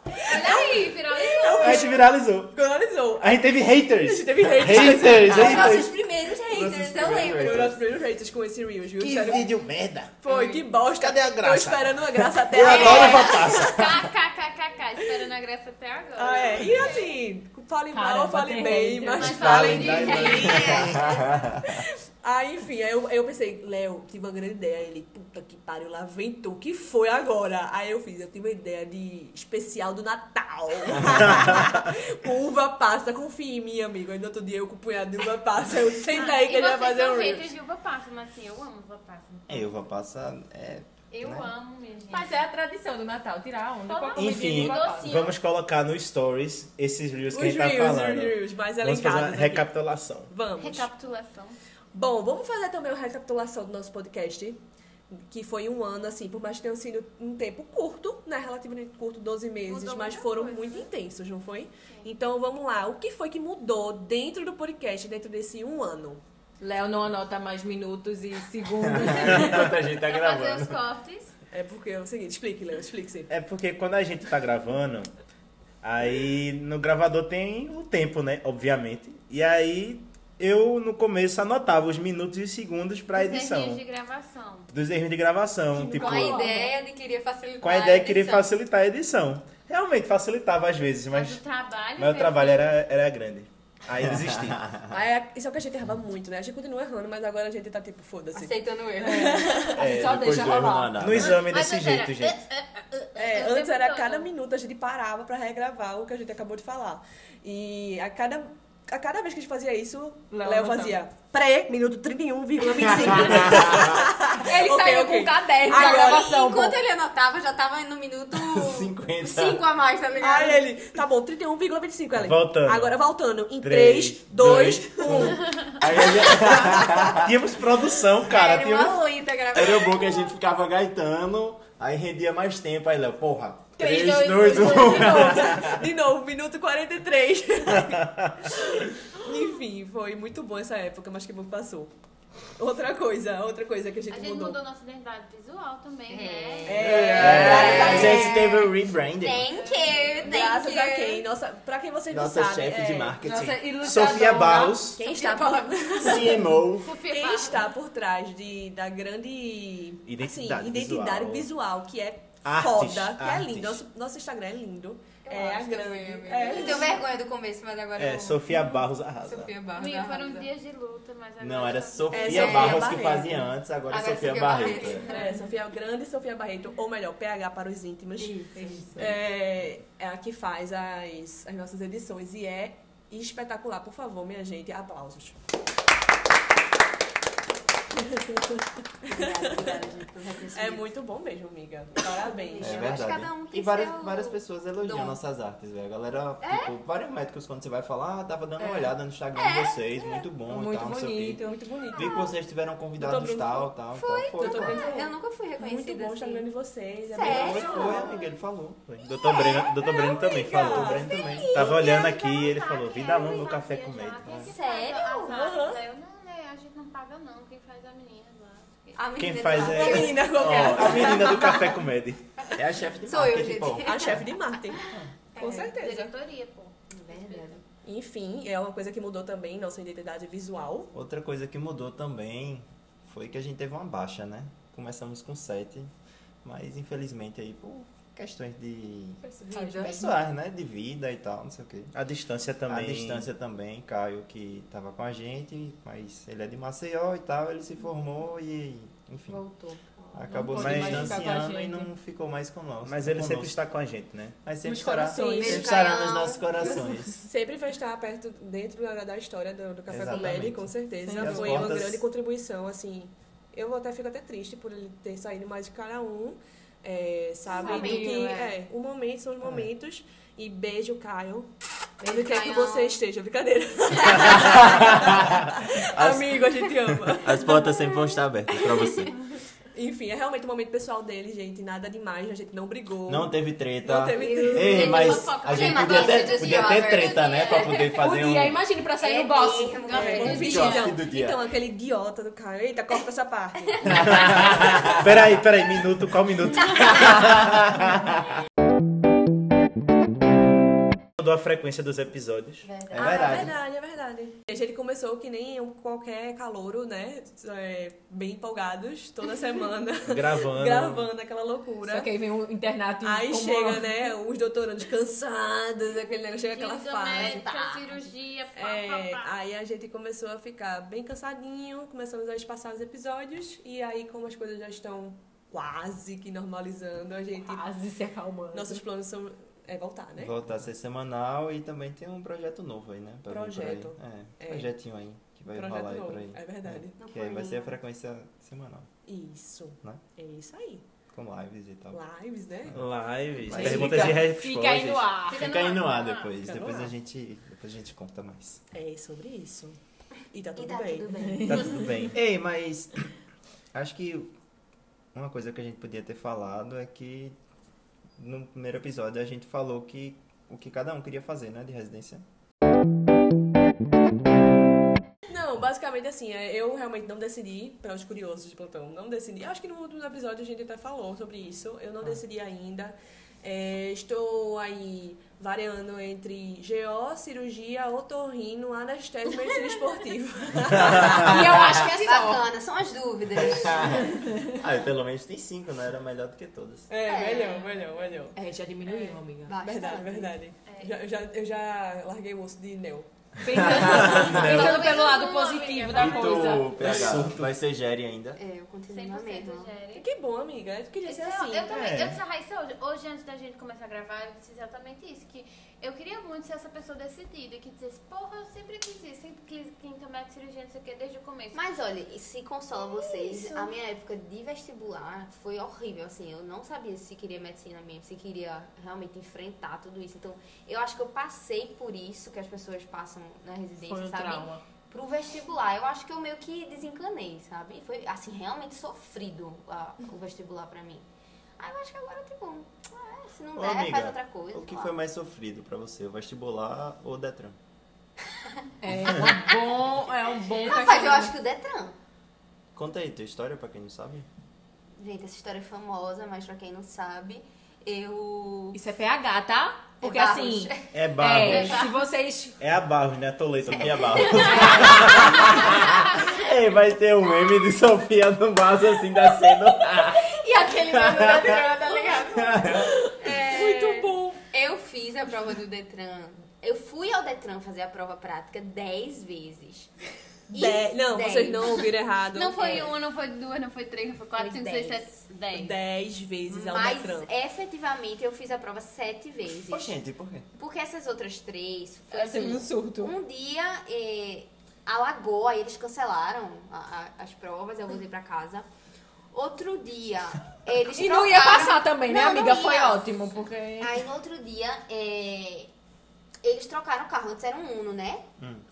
Olha aí, viralizou.
A gente viralizou.
Viralizou.
A gente teve haters.
A gente teve haters.
Haters,
Os nossos
haters.
primeiros haters,
Nossos
eu
Foi
lembro.
o
primeiros
nosso primeiro haters com esse Reels, viu?
Que
Sério.
vídeo merda.
Foi, que bosta.
Cadê a graça?
Tô esperando uma graça até
Eu
agora.
adoro a passa.
KKKKK, esperando a graça até agora.
Ah, é. E assim, fale
Caramba,
mal, fale
tem
bem,
hater.
mas
Mas
fale
falem
de
de mim.
Aí, enfim, aí eu, aí eu pensei, Léo, tive uma grande ideia. Ele, puta que pariu, lá vem tu, que foi agora? Aí eu fiz, eu tive uma ideia de especial do Natal. com uva passa, confia em mim, amigo. Aí no outro dia eu com o punhado de uva passa, eu senta aí que
Ah, E
ele vai
vocês
fazer
são
um
haters
reel.
de uva passa, mas assim, eu amo uva passa.
É, uva passa é...
Eu
Né?
amo, minha gente.
Mas é a tradição do Natal, tirar a onda com a comidinha
Enfim,
de Natal.
docinho.
Vamos colocar nos stories esses reels
Os
que a gente tá
reels, os
falando.
reels, mais
Vamos fazer uma
elencados. aqui.
recapitulação.
Vamos.
Recapitulação.
Tá
Bom, vamos fazer também uma recapitulação do nosso podcast, que foi um ano, assim, por mais que tenha sido um tempo curto, né? Relativamente curto, 12 meses,
Mudou
mas
muita
foram
coisa,
muito
né?
intensos, não foi? Então vamos lá, o que foi que mudou dentro do podcast, dentro desse um ano?
Léo não anota mais minutos e segundos.
Enquanto a gente tá
pra fazer assim,
gravando.
os cortes.
É porque é o seguinte, explique, Léo, explique sempre.
É porque quando a gente tá gravando, aí no gravador tem o tempo, né? Obviamente. E aí eu no começo anotava os minutos e segundos pra
os errinhos
edição.
de gravação.
Dos erros de gravação. Tipo,
Com a ideia de querer facilitar
com a ideia que queria
edição.
facilitar a edição. Realmente facilitava às vezes,
Mas o é
mas,
trabalho.
mas o
mesmo.
trabalho é era, era grande. Aí eu desisti.
Aí, é- isso é o que a gente errava muito, né? A gente continua errando, mas agora a gente tá tipo, foda-se.
Aceitando o erro.
É,
Só
Depois
deixa
do erro não
rolar.
há nada.
no exame
Mas eh,
desse
antes era,
jeito, gente.
É,
Eu
antes
sempre
era
tô-
cada minuto a gente parava pra regravar o que a gente acabou de falar. E a cada, a cada vez que a gente fazia isso,
Léo
Léo
anotava.
fazia pré, minuto 31,25.
Ele
Ok,
saiu
ok.
com o caderno da
Agora,
gravação.
Enquanto
pô.
ele anotava, já tava no minuto
50.
5 a mais, tá ligado?
Aí ele, tá bom, 31,25, Ellen.
Voltando.
Agora voltando. Em
Três,
3, 2, 1.
Aí a gente-
Tínhamos produção, cara.
Era
Tínhamos...
uma lenta gravação.
Era bom que a gente ficava gaitando, aí rendia mais tempo. Aí, Léo, porra, um.
Três,
3,
dois,
2, 1.
De novo, de novo, minuto 43. Enfim, foi muito bom essa época, mas que bom que passou. Outra coisa, outra coisa que a
A
gente,
gente mudou, nossa identidade visual também, né?
É, a gente teve o rebranding.
Thank you, thank
Graças
you.
a quem? Nossa, pra quem vocês
Nossa
não sabem.
chefe
é,
de marketing.
Nossa, ilustradora.
Sofia Barros,
Quem está, por,
CMO.
Confia
quem
Barra.
está por trás de, da grande
Identidade
assim, identidade visual.
visual.
que é
Artes,
foda, que é
artes.
lindo. Nosso, nosso Instagram é lindo.
Eu
é a
acho
grande.
também, amiga.
é.
Eu tenho vergonha do comigo, mas agora
é,
eu...
Sofia Barros arrasa.
Sofia Barra.
O meu foram
arrasa.
dias de luta, mas agora.
Não, era
só-
É,
Sofia
Sofia
Barros que
Barreto.
fazia antes, agora é
Agora é
Sofia
Sofia
Barreto.
Barreto.
É, Sofia grande Sofia Barreto, ou melhor, PH para os íntimos.
Isso.
É, é a que faz as, as nossas edições e é espetacular. Por favor, minha gente, aplausos.
Obrigada, obrigada, né, gente, pelo
É
reconhecimento.
muito bom mesmo, amiga. Parabéns.
É,
É
eu acho que
verdade.
cada um tem
e várias,
seu
várias pessoas elogiam
dom. É?
nossas artes, velho. A galera, tipo, vários médicos quando você vai falar, ah, tava dando uma olhada no Instagram
É.
de vocês, muito bom e
Tá, Muito
Tá,
tal, não sei o quê.
bonito.
Muito bonito.
Vi que vocês tiveram convidados
Bruno
tal, tal, tal. Foi,
Doutor
cara.
Bruno
Ah, Eu nunca fui
Muito
reconhecida
bom o Instagram de
assim.
vocês. é
Sério?
bem-
Foi, foi, amiga, ele falou. Foi.
Doutor Breno, doutor Breno também falou.
Doutor Breno também.
Tava olhando aqui
Não,
e ele
tá,
falou,
que
vida
é,
longa o
eu
café
fazia
com
já.
médico.
Quem que
Sério?
faz as
Aham.
artes? Aí eu, não, né, a gente não paga não, quem faz é a menina lá.
A menina
Quem
de
faz
lá.
Uma
é
menina qualquer.
ó, a menina do café com médico.
É a chefe de
Sou eu,
marketing,
gente.
pô.
A chefe de marketing. Com
É,
certeza.
Diretoria, pô.
Verdade.
Enfim, é uma coisa que mudou também nossa identidade visual.
Outra coisa que mudou também foi que a gente teve uma baixa, né? Começamos com 7, mas infelizmente aí por questões de pessoais, né? De vida e tal, não sei o quê.
A distância também.
A distância também, Caio, que tava com a gente, mas ele é de Maceió e tal, ele se formou e, enfim,
Voltou.
acabou
Não
se
pôde mais
ficar com
distanciando
a
e
gente.
não ficou mais conosco.
Mas ele
conosco.
sempre está com a gente, né?
Mas sempre
Nos
estará,
corações.
sempre
Beijo,
estará
Caião.
nos nossos corações.
Sempre vai estar perto, dentro da, da história do, do Café com
Exatamente.
Leve, com certeza.
Sim. E as
Foi uma
portas-
grande contribuição, assim. Eu até fico até triste por ele ter saído mais de cada um. É, sabe?
Sabe,
Do que,
é.
é, o momento são os momentos. E beijo, Caio.
Beijo,
Onde quer que
Caião.
você esteja, brincadeira. Amigo, a gente ama.
As portas sempre vão estar abertas pra você.
Enfim, é realmente o momento pessoal dele, gente. Nada demais, a gente não brigou.
Não teve treta.
Tá.
Não teve treta.
Ei, mas
fofoca.
a gente
Quem
podia
matou
ter,
esse
podia
Jobber?
ter treta, né? Pra poder fazer
o dia,
um.
imagine pra sair no
É
gossip.
mesmo,
Café
é.
com
Vamos fingir,
vídeo.
Gosto
então.
do dia.
Então, aquele idiota do Caio. Eita, corta essa parte.
Peraí, peraí, minuto, qual minuto? Mudou a frequência dos episódios.
É
Ah, é
verdade.
verdade, é verdade. A gente começou que nem um qualquer calouro, né? É, bem empolgados, toda semana.
Gravando.
gravando aquela loucura.
Só que aí vem né? o internato e
Aí
como-
chega, né? Os doutorandos cansados, aquele negócio, chega aquela
Quinto
fase. tá.
médica, né, cirurgia, pá,
É,
pá, pá.
aí a gente começou a ficar bem cansadinho, começamos a espaçar os episódios, e aí, como as coisas já estão quase que normalizando, a gente.
Quase se acalmando.
Nossos planos são é voltar, né?
Voltar a ser semanal e também tem um projeto novo aí, né? vir por aí.
Projeto.
É,
É.
projetinho aí que vai
Projeto
rolar aí
novo,
por aí.
é verdade.
É,
Não
que aí
foi
vai ser a
lindo.
frequência semanal,
Isso.
né? Tá
É isso aí.
Com lives e tal.
Lives, né?
Lives,
Mas
perguntas
fica-
e respostas.
Fica aí no ar.
Fica aí no ar
fica
depois.
Fica no
depois,
ar.
a gente, depois a gente conta mais.
É sobre isso. E tá tudo
E tá
bem.
tudo bem.
Tá tudo bem.
Ei, mas acho que uma coisa que a gente podia ter falado é que no primeiro episódio a gente falou que o que cada um queria fazer, né? De residência.
Não, basicamente assim, é, eu realmente não decidi, para os curiosos de plantão, não decidi. Acho que no último episódio a gente até falou sobre isso,
Ah.
eu não decidi ainda. É, estou aí variando entre GO, cirurgia, otorrino, anestesia e medicina esportiva.
E eu acho que é só.
Bacana, então, são as dúvidas.
ah, e pelo menos tem cinco, né? Era melhor do que todas.
é, melhor, melhor, melhor.
É, já diminuiu, amiga.
Bastante.
Verdade, verdade. Já- já- eu já larguei o osso de Neo.
Pensando, pensando pelo lado
Não, amiga.
positivo da
e
coisa.
tu, PH, vai ser Jerry ainda?
É, eu continuo na
100%
mesma.
Jerry.
Que bom, amiga. Tu queria ser
Não,
assim.
Então, eu também,
é.
eu disse a Raíssa hoje, hoje antes da gente começar a gravar, eu disse exatamente isso, que eu queria muito ser essa pessoa decidida, que dissesse, porra, eu sempre quis isso, sempre quis quinta médica cirurgia, não sei o que, desde o começo.
Mas olha, e se consola vocês,
Isso.
a minha época de vestibular foi horrível, assim, eu não sabia se queria medicina mesmo, se queria realmente enfrentar tudo isso. Então, eu acho que eu passei por isso que as pessoas passam na residência,
Foi um
sabe?
trauma.
Pro vestibular, eu acho que eu meio que desencanei, sabe? Foi, assim, realmente sofrido a- o vestibular pra mim. Aí eu acho que agora, tipo, ah, é, se não
Ô,
der,
amiga,
faz outra coisa.
O que
sei lá.
foi mais sofrido pra você, o vestibular ou o Detran?
É um bom, é um bom
Rapaz, eu
questionamento.
acho que o Detran.
Conta aí tua história pra quem não sabe.
Gente, essa história é famosa, mas pra quem não sabe, eu
Isso é PH, tá? Porque
É barros.
assim,
É Barros.
é,
É,
se vocês
a Barros, né? Toledo, não é a Barros.
Ei, vai ter um meme de Sofia no vaso assim da cena.
E aquele mesmo Detran, tá ligado? É,
Muito bom.
Eu fiz a prova do Detran. Eu fui ao Detran fazer a prova prática 10 vezes. E
Dez- Não,
dez.
vocês não ouviram errado.
Não foi
É.
uma, não foi duas, não foi três, não foi quatro,
Foi
cinco, seis,
dez.
sete, dez.
Dez vezes ao
Mas
Detran.
efetivamente eu fiz a prova 7 vezes.
Ô, gente, por quê?
É,
Porque essas outras três foi
Ela
assim,
teve um surto.
Um dia eh, alagou, aí eles cancelaram a- a- as provas, eu voltei pra casa. Outro dia, eles
E não ia
trocaram-
passar também, né,
Não, não
amiga? Foi
ia.
ótimo, porque.
Aí no outro dia, é, eles trocaram o carro, antes era um Uno, né?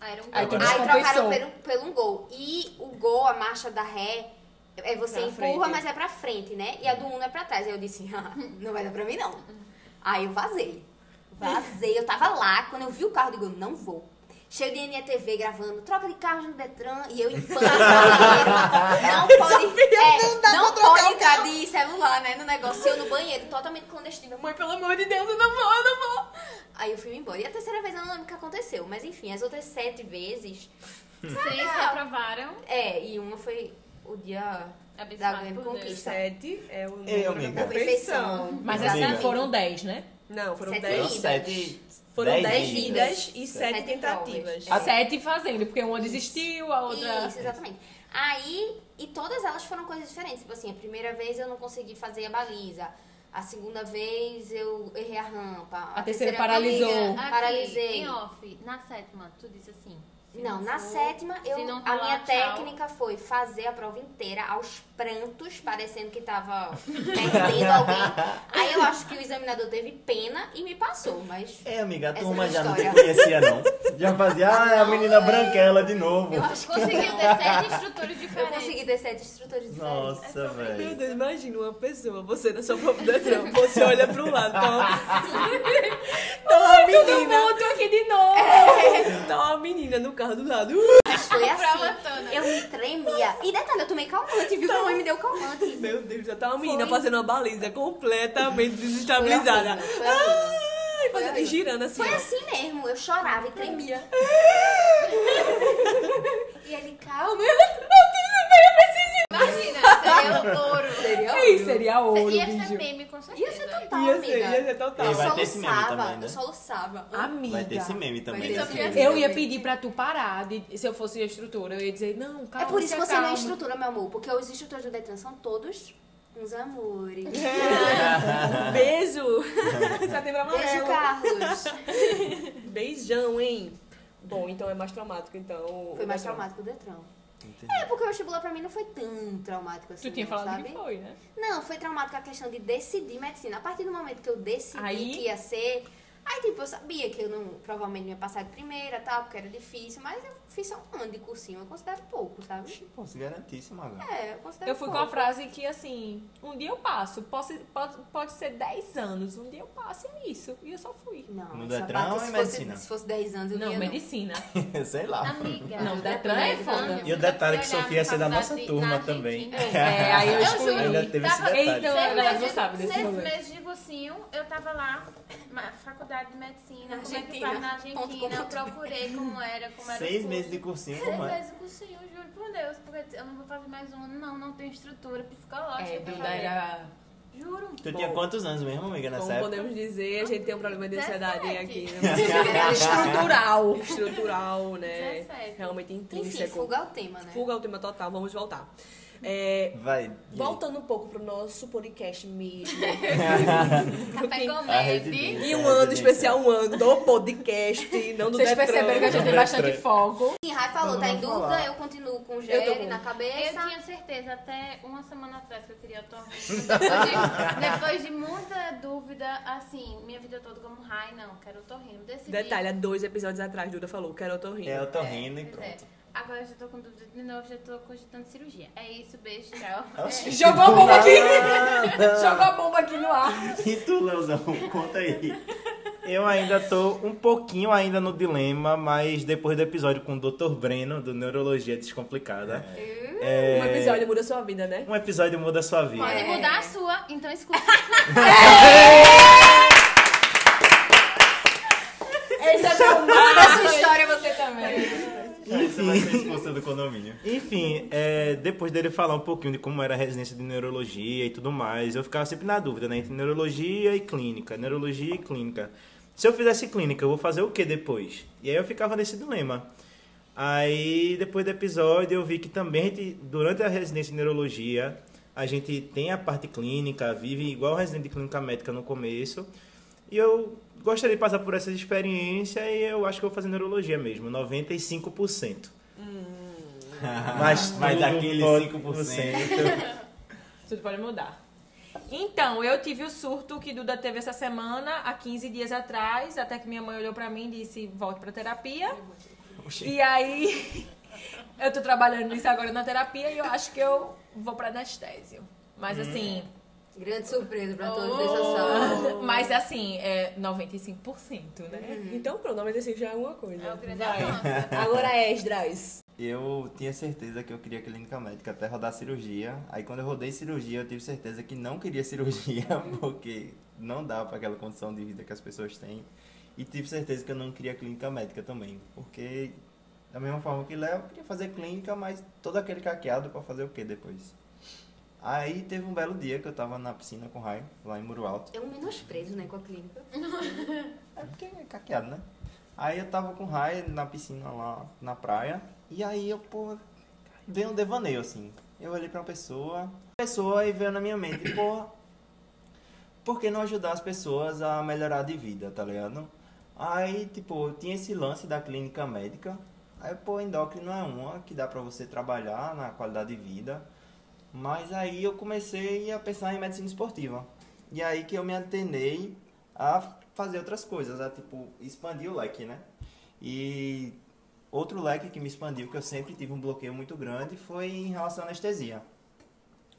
Ah, era um
Aí tu
Aí
gol.
trocaram
descompensou.
pelo, pelo um gol. E o gol, a marcha da ré, é você
Pra
empurra,
frente.
mas é pra frente, né? E a do Uno é pra trás. Aí eu disse, "Ah, não vai dar pra mim, não. Aí eu vazei. Vazei. Eu tava lá, quando eu vi o carro, eu digo, não vou. Cheio de NETV gravando, troca de carros no Detran e eu em pânico. não pode, é, não pode entrar de celular, né? No negócio, eu no banheiro, totalmente clandestino. Mãe, pelo amor de Deus, eu não vou, eu não vou. Aí eu fui embora. E a terceira vez eu não lembro o que aconteceu. Mas enfim, as outras sete vezes
Seis reprovaram.
é, e uma foi o dia da
Abençoado
grande
por Deus.
conquista.
Sete é o
Ei,
número
amiga.
da perfeição.
Mas
Amiga.
assim foram 10, né?
Não, foram
Sete
Foram
dez.
vidas.
sete.
Foram
dez
dez
vidas.
vidas e sete
Sete
tentativas.
provas.
Sete fazendo, porque uma desistiu, a outra.
Isso, exatamente. Aí, e todas elas foram coisas diferentes. Tipo assim, a primeira vez eu não consegui fazer a baliza. A segunda vez eu errei a rampa. A,
terceira
vez-
paralisou.
Aqui,
Paralisei.
Em off, na sétima, tu disse assim. se
Não, na
for,
sétima,
se
eu,
não
a
rolar,
minha
tchau.
técnica foi fazer a prova inteira aos prantos, parecendo que tava perdendo alguém. Aí eu acho que o examinador teve pena e me passou, mas
É, amiga, a
Essa
turma
é a
já não te
história.
conhecia, não. Já fazia, ah, é a menina branquela de novo.
Tu conseguiu ter sete estruturas
eu
diferentes.
é
consegui ter sete estruturas
é
diferentes.
Nossa,
Meu
velho.
Deus, imagina uma pessoa, você na sua própria Detran, você olha pro lado, tá uma, tá uma
Todo
menina,
mundo aqui de novo!
É.
tá uma menina no carro do lado,
Mas foi
Prova
assim.
tona.
Eu me tremia. E detalhe, eu tomei calmante, viu? Minha mãe me deu calmante.
meu Deus, já tá uma menina
Foi.
fazendo uma baliza completamente
Foi horrível,
desestabilizada,
foi horrível.
ai, fazendo,
horrível.
girando assim,
Foi
ó.
assim mesmo, eu chorava e tremia. E ele, calma, eu
Imagina, seria um ouro.
seria
Aí
horrível.
seria ouro,
Ia ser tá,
bicho.
meme, com certeza.
Ia ser total,
ia ser, ia
amiga.
ser total,
Ei,
Eu
vai ter esse meme
soluçava,
também, né?
eu soluçava.
Amiga.
Vai ter esse meme também.
Vai ter
né?
esse meme.
Eu ia pedir pra tu parar, de- se eu fosse a instrutora, eu ia dizer, não,
É
calma.
por isso que
se
você não é
acalma.
instrutora, meu amor, porque os instrutores do Detran são todos uns amores.
um beijo, setembro
Beijo,
amarelo,
Carlos.
beijão, hein, bom, então é mais traumático, então,
Foi mais traumático o Detran.
Entendi.
É, porque o vestibular pra mim não foi tão traumático assim,
Tu tinha
não,
falado
sabe?
que foi, né?
Não, foi traumático a questão de decidir medicina. A partir do momento que eu decidi
Aí-
que ia ser. Aí, tipo, eu sabia que eu não, provavelmente não ia passar de primeira, tal, porque era difícil, mas eu fiz só um ano de cursinho, eu considero pouco, sabe?
Pô, se garantíssima agora.
É, eu considero
Eu fui com
pouco.
a frase que, assim, um dia eu passo, posso, pode, pode ser 10 anos, um dia eu passo nisso. E eu só fui.
Não,
No
essa
Detran
parte,
ou
se
em
fosse-
medicina?
Se fosse 10 anos, eu
um Não,
não ia, não.
medicina.
Sei lá.
Amiga.
Não, Detran é
depois
foda.
eu
E o detalhe é que
fui olhar
Sofia ia ser da
na
nossa
faculdade na
turma também.
Argentina.
É, aí eu
Eu
excluí.
juro.
Ainda teve esse
Tava-
detalhe.
Então,
Seis
ela não
meses-
sabe desse
seis
rolê.
meses de cursinho, eu tava lá, na faculdade de medicina,
Na
como é que
Argentina.
faz na
Ponto com
Argentina, eu
ponto.
procurei como era, como era o
Seis
curso.
meses de cursinho,
Seis
como é?
meses de cursinho, juro por Deus, porque eu não vou fazer mais um ano, não, não tenho estrutura psicológica
É,
pra
Duda
fazer.
era...
Juro.
Tu tinha quantos anos mesmo, amiga, nessa
Como
época?
podemos dizer, a gente tem um problema de ansiedade
17.
aqui. Né? Estrutural. Estrutural, né?
17.
Realmente intrínseco.
é
Enfim, fuga o tema, né?
Fuga ao tema total, vamos voltar. É,
Vai. e
voltando um pouco pro nosso podcast mesmo.
Café com
A
leite.
residência.
E um ano especial, um ano do podcast, não do
Vocês
Detran.
perceberam que a gente tem bastante foco.
Sim, Rai falou, tá em
Vamos
dúvida,
falar.
eu continuo com o
com-
Jerry na
Eu
cabeça.
tinha certeza, até uma semana atrás que eu queria tornar. Depois, de- depois de muita dúvida, assim, minha vida toda como Rai, não, quero torrino. Decidi.
Detalhe, há dois episódios atrás, Duda falou, quero eu tô rindo.
É, eu tô
É,
rindo e
pois é.
pronto.
Agora eu já tô com dúvida de novo, já tô cogitando cirurgia. É isso, beijo, tchau.
Oxi.
Jogou a bomba aqui.
é.
Não.
Jogou a bomba aqui no ar.
E tu, Leozão, conta aí.
Eu ainda tô um pouquinho ainda no dilema, mas depois do episódio com o Dr. Breno, do Neurologia Descomplicada,
É.
Um episódio muda sua vida, né?
um episódio muda a sua vida.
Pode mudar a sua, então escuta.
Esse é meu mar. Essa história você também.
Você vai ser expulsa do condomínio.
Enfim, é, depois dele falar um pouquinho de como era a residência de neurologia e tudo mais, eu ficava sempre na dúvida, né? Entre neurologia e clínica, neurologia e clínica. Se eu fizesse clínica, eu vou fazer o que depois? E aí eu ficava nesse dilema. Aí, depois do episódio, eu vi que também, a gente, durante a residência de neurologia, a gente tem a parte clínica, vive igual residente de clínica médica no começo. E eu gostaria de passar por essa experiência e eu acho que eu vou fazer neurologia mesmo, 95%.
Mas,
Mas
tudo
aquele
pode-
5%.
Tudo pode mudar. Então, eu tive o surto que Duda teve essa semana, há 15 dias atrás, até que minha mãe olhou pra mim e disse, volte pra terapia. E aí, eu tô trabalhando nisso agora na terapia e eu acho que eu vou pra anestésio.
Hum.
Mas assim,
Grande surpresa pra todos, veja só.
mas assim, é 95%, né?
Então, pronto, 95 já é alguma coisa.
É o grande avanço.
Agora é Esdras.
Eu tinha certeza que eu queria clínica médica até rodar cirurgia. Aí quando eu rodei cirurgia, eu tive certeza que não queria cirurgia, porque não dá para aquela condição de vida que as pessoas têm. E tive certeza que eu não queria clínica médica também, porque da mesma forma que Léo, eu queria fazer clínica, mas todo aquele caqueado para fazer o quê depois? Aí teve um belo dia que eu tava na piscina com o Rai, lá em Muro Alto.
É um menosprezo, né, com a clínica.
É porque é caqueado, né? Aí eu tava com raia na piscina lá na praia. E aí eu, pô, veio um devaneio assim. Eu olhei pra uma pessoa, pessoa e veio na minha mente, pô, por que não ajudar as pessoas a melhorar de vida, tá ligado? Aí, tipo, tinha esse lance da clínica médica. Aí, pô, endócrino é uma que dá pra você trabalhar na qualidade de vida. Mas aí eu comecei a pensar em medicina esportiva. E aí que eu me atenei a fazer outras coisas, a tipo, expandir o leque, né? E outro leque que me expandiu, que eu sempre tive um bloqueio muito grande, foi em relação à anestesia.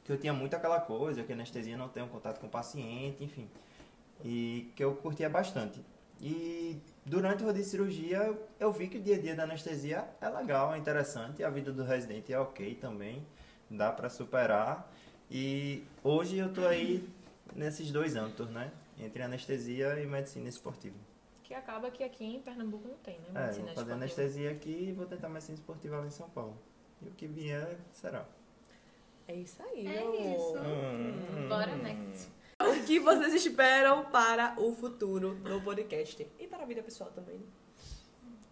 Que eu tinha muito aquela coisa, que a anestesia não tem um contato com o paciente, enfim. E que eu curtia bastante. E durante o rodízio de cirurgia, eu- eu vi que o dia a dia da anestesia é legal, é interessante, a vida do residente é ok também, dá pra superar. E hoje eu tô aí nesses dois âmbitos, né? Entre anestesia e medicina esportiva.
Que acaba que aqui em Pernambuco não tem, né?
É, eu
medicina
vou fazer
esportiva.
anestesia aqui e vou tentar medicina esportiva lá em São Paulo. E o que vier, será.
É isso aí,
É
meu amor.
isso.
Hum.
Bora, né? next.
O que vocês esperam para o futuro do podcast? E para a vida pessoal também.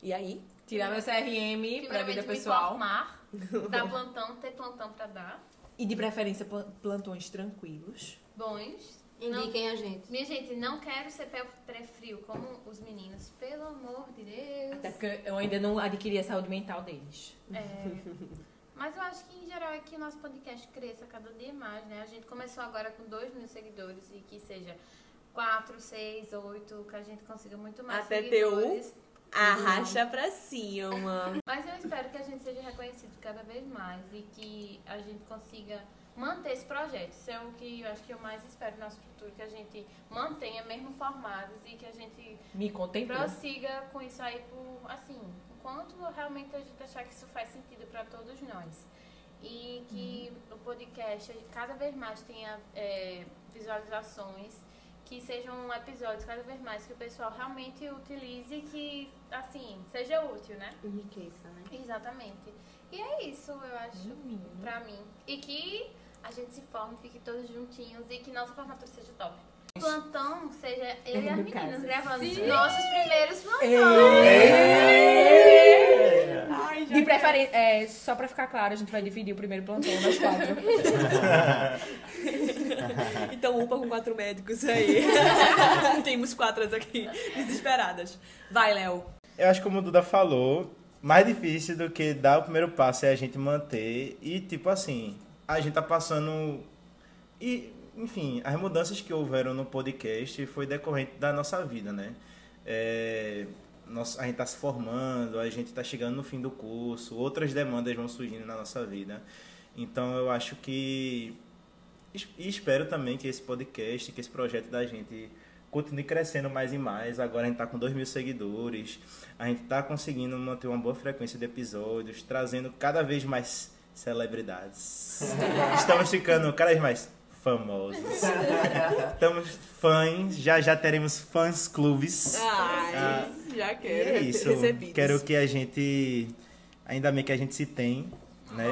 E aí?
Tirar meu CRM pra vida
Primeiramente, me
pessoal.
formar, dar plantão, ter plantão pra dar.
E de preferência plan- plantões tranquilos.
Bons. Não,
Indiquem a gente.
minha gente, não quero ser pé- pé frio como os meninos, pelo amor de Deus.
Até porque eu ainda não adquiri a saúde mental deles.
É. Mas eu acho que em geral é que o nosso podcast cresça cada dia mais, né? A gente começou agora com 2 mil seguidores e que seja 4, 6, 8, que a gente consiga muito mais
Até ter um.
seguidores.
Arracha pra cima.
Mas eu espero que a gente seja reconhecido cada vez mais e que a gente consiga manter esse projeto. Isso é o que eu acho que eu mais espero no nosso futuro, que a gente mantenha mesmo formados e que a gente
Me contemplou.
prossiga com isso aí por, assim, enquanto realmente a gente achar que isso faz sentido para todos nós. E que o podcast cada vez mais tenha é, visualizações, que sejam episódios cada vez mais que o pessoal realmente utilize e que, assim, seja útil, né?
Enriqueça, né?
Exatamente. E é isso, eu acho, pra mim. E que a gente se forme, fique todos juntinhos e que nossa formatura seja top. Plantão seja eu e as
no
meninas
caso.
gravando os nossos primeiros plantões.
É. De preferência, é, só pra ficar claro, a gente vai dividir o primeiro plantão nas quatro.
Então, upa com quatro médicos aí. Temos quatro aqui, desesperadas. Vai, Léo.
Eu acho que como o Duda falou, mais difícil do que dar o primeiro passo é a gente manter e tipo assim, a gente tá passando e enfim, as mudanças que houveram no podcast foi decorrente da nossa vida, né? É, nós, a gente tá se formando, a gente tá chegando no fim do curso, outras demandas vão surgindo na nossa vida. Então eu acho que es- e espero também que esse podcast, que esse projeto da gente continue crescendo mais e mais. Agora a gente está com 2 mil seguidores, a gente está conseguindo manter uma boa frequência de episódios, trazendo cada vez mais celebridades. Estamos ficando cada vez mais famosos. Estamos fãs, já já teremos fãs clubes.
Ai,
Ah,
já
E
quero.
é isso.
Recebidos.
Quero que a gente, ainda bem que a gente se tem, né?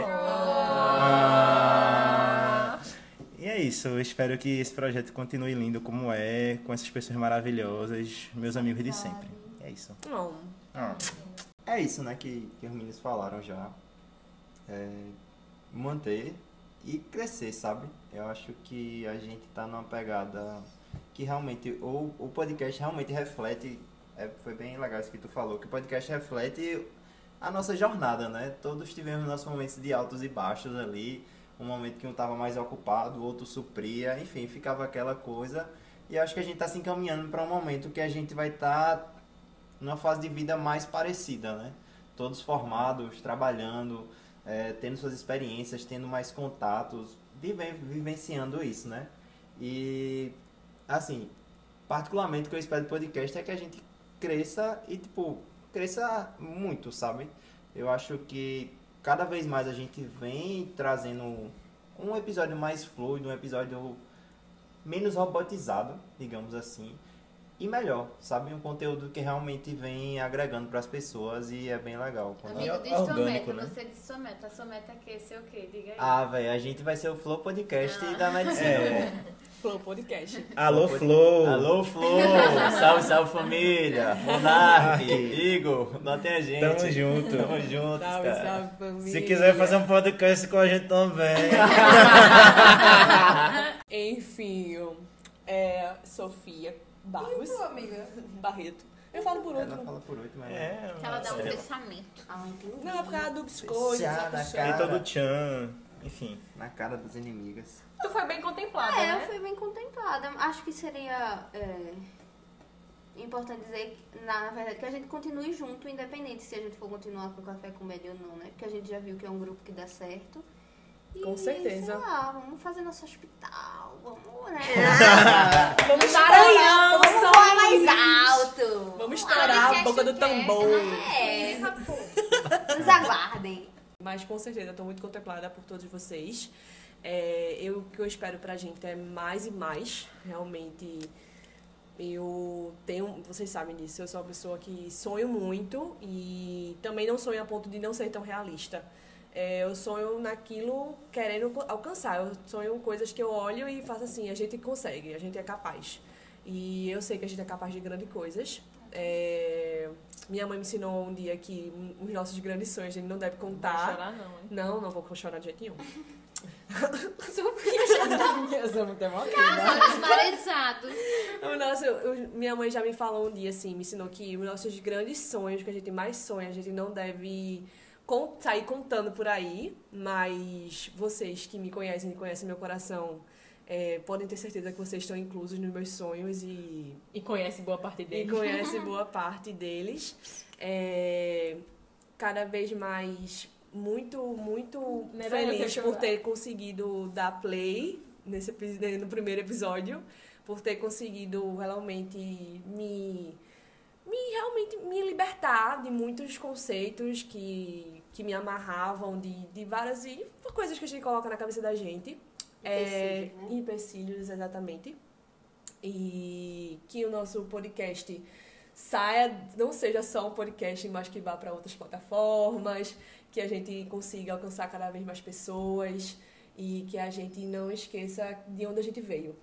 E é isso, eu espero que esse projeto continue lindo como é, com essas pessoas maravilhosas, meus amigos de sempre. É isso.
Não.
Ah.
É isso, né, que, que os meninos falaram já. É, manter e crescer, sabe? Eu acho que a gente tá numa pegada que realmente, ou o podcast realmente reflete, é, foi bem legal isso que tu falou, que o podcast reflete
a nossa jornada, né? Todos tivemos nossos momentos de altos e baixos ali, um momento que um estava mais ocupado, o outro supria, enfim, ficava aquela coisa. E acho que a gente está se encaminhando para um momento que a gente vai estar numa fase de vida mais parecida, né? Todos formados, trabalhando, eh, tendo suas experiências, tendo mais contatos, vive- vivenciando isso, né? E, assim, particularmente o que eu espero do podcast é que a gente cresça e, tipo, cresça muito, sabe? Eu acho que cada vez mais a gente vem trazendo um episódio mais fluido, um episódio menos robotizado, digamos assim, e melhor, sabe? Um conteúdo que realmente vem agregando para as pessoas e é bem legal. Quando
Amigo,
é
diz tua meta.
orgânico, né?
Você diz sua meta. A sua meta é que ser o quê? Diga aí.
Ah, velho, a gente vai ser o Flow Podcast da medicina.
É.
Flow Podcast.
Alô, Flow!
Alô, Flow! salve, salve família! Monark, Igor, notem a gente.
Tamo junto.
Tamo juntos,
Salve,
cara.
tá?
salve, família.
Se quiser fazer um podcast com a gente também.
Enfim, eu- é, Sofia Barros.
amiga.
Barreto. Eu falo por
Ela
último.
fala por último, né?
É,
Que ela dá um
mano.
fechamento.
Ah, entendi.
Não, é por causa do biscoito. tá
Já
sabe,
na
chato.
cara.
E todo tchan. Enfim.
Na cara das inimigas.
Tu foi bem contemplada,
É, eu
né?
fui bem contemplada. Acho que seria é, importante dizer, que, na verdade, que a gente continue junto, independente se a gente for continuar com Café com Comédia ou não, né? Porque a gente já viu que é um grupo que dá certo. E,
Com certeza.
Sei lá, vamos fazer nosso hospital, vamos, né?
Vamos
Maranhão,
estourar.
vamos
Vamos
voar mais
sair.
alto.
Vamos estourar a
Podcast
boca do
quer,
tambor.
É, nos aguardem.
Mas com certeza, estou muito contemplada por todos vocês. É, eu, o que eu espero pra gente é mais e mais, realmente. Eu tenho, vocês sabem disso, eu sou uma pessoa que sonho muito e também não sonho a ponto de não ser tão realista. É, eu sonho naquilo querendo co- alcançar, eu sonho coisas que eu olho e faço assim, a gente consegue, a gente é capaz. E eu sei que a gente é capaz de grandes coisas. É, minha mãe me ensinou um dia que hum, os nossos grandes sonhos a gente não deve
Não
contar.
vou chorar, não, hein?
Não, não vou chorar de jeito nenhum.
Eu sou muito emotiva.
Desvarejado.
O nosso, o- minha mãe já me falou um dia assim, me ensinou que os nossos grandes sonhos, que a gente mais sonha, a gente não deve con- sair contando por aí, mas vocês que me conhecem e conhecem meu coração é, podem ter certeza que vocês estão inclusos nos meus sonhos e
E conhece boa parte
e
dele.
conhece boa parte deles. É, cada vez mais muito, muito
Melhor eu
feliz
ter
por ter conseguido dar play nesse, epi- no primeiro episódio, por ter conseguido realmente me me realmente me libertar de muitos conceitos que, que me amarravam, de, de várias e coisas que a gente coloca na cabeça da gente. É,
Empecilhos,
empecilhos, exatamente. E que o nosso podcast saia, não seja só um podcast, mas que vá para outras plataformas, que a gente consiga alcançar cada vez mais pessoas e que a gente não esqueça de onde a gente veio.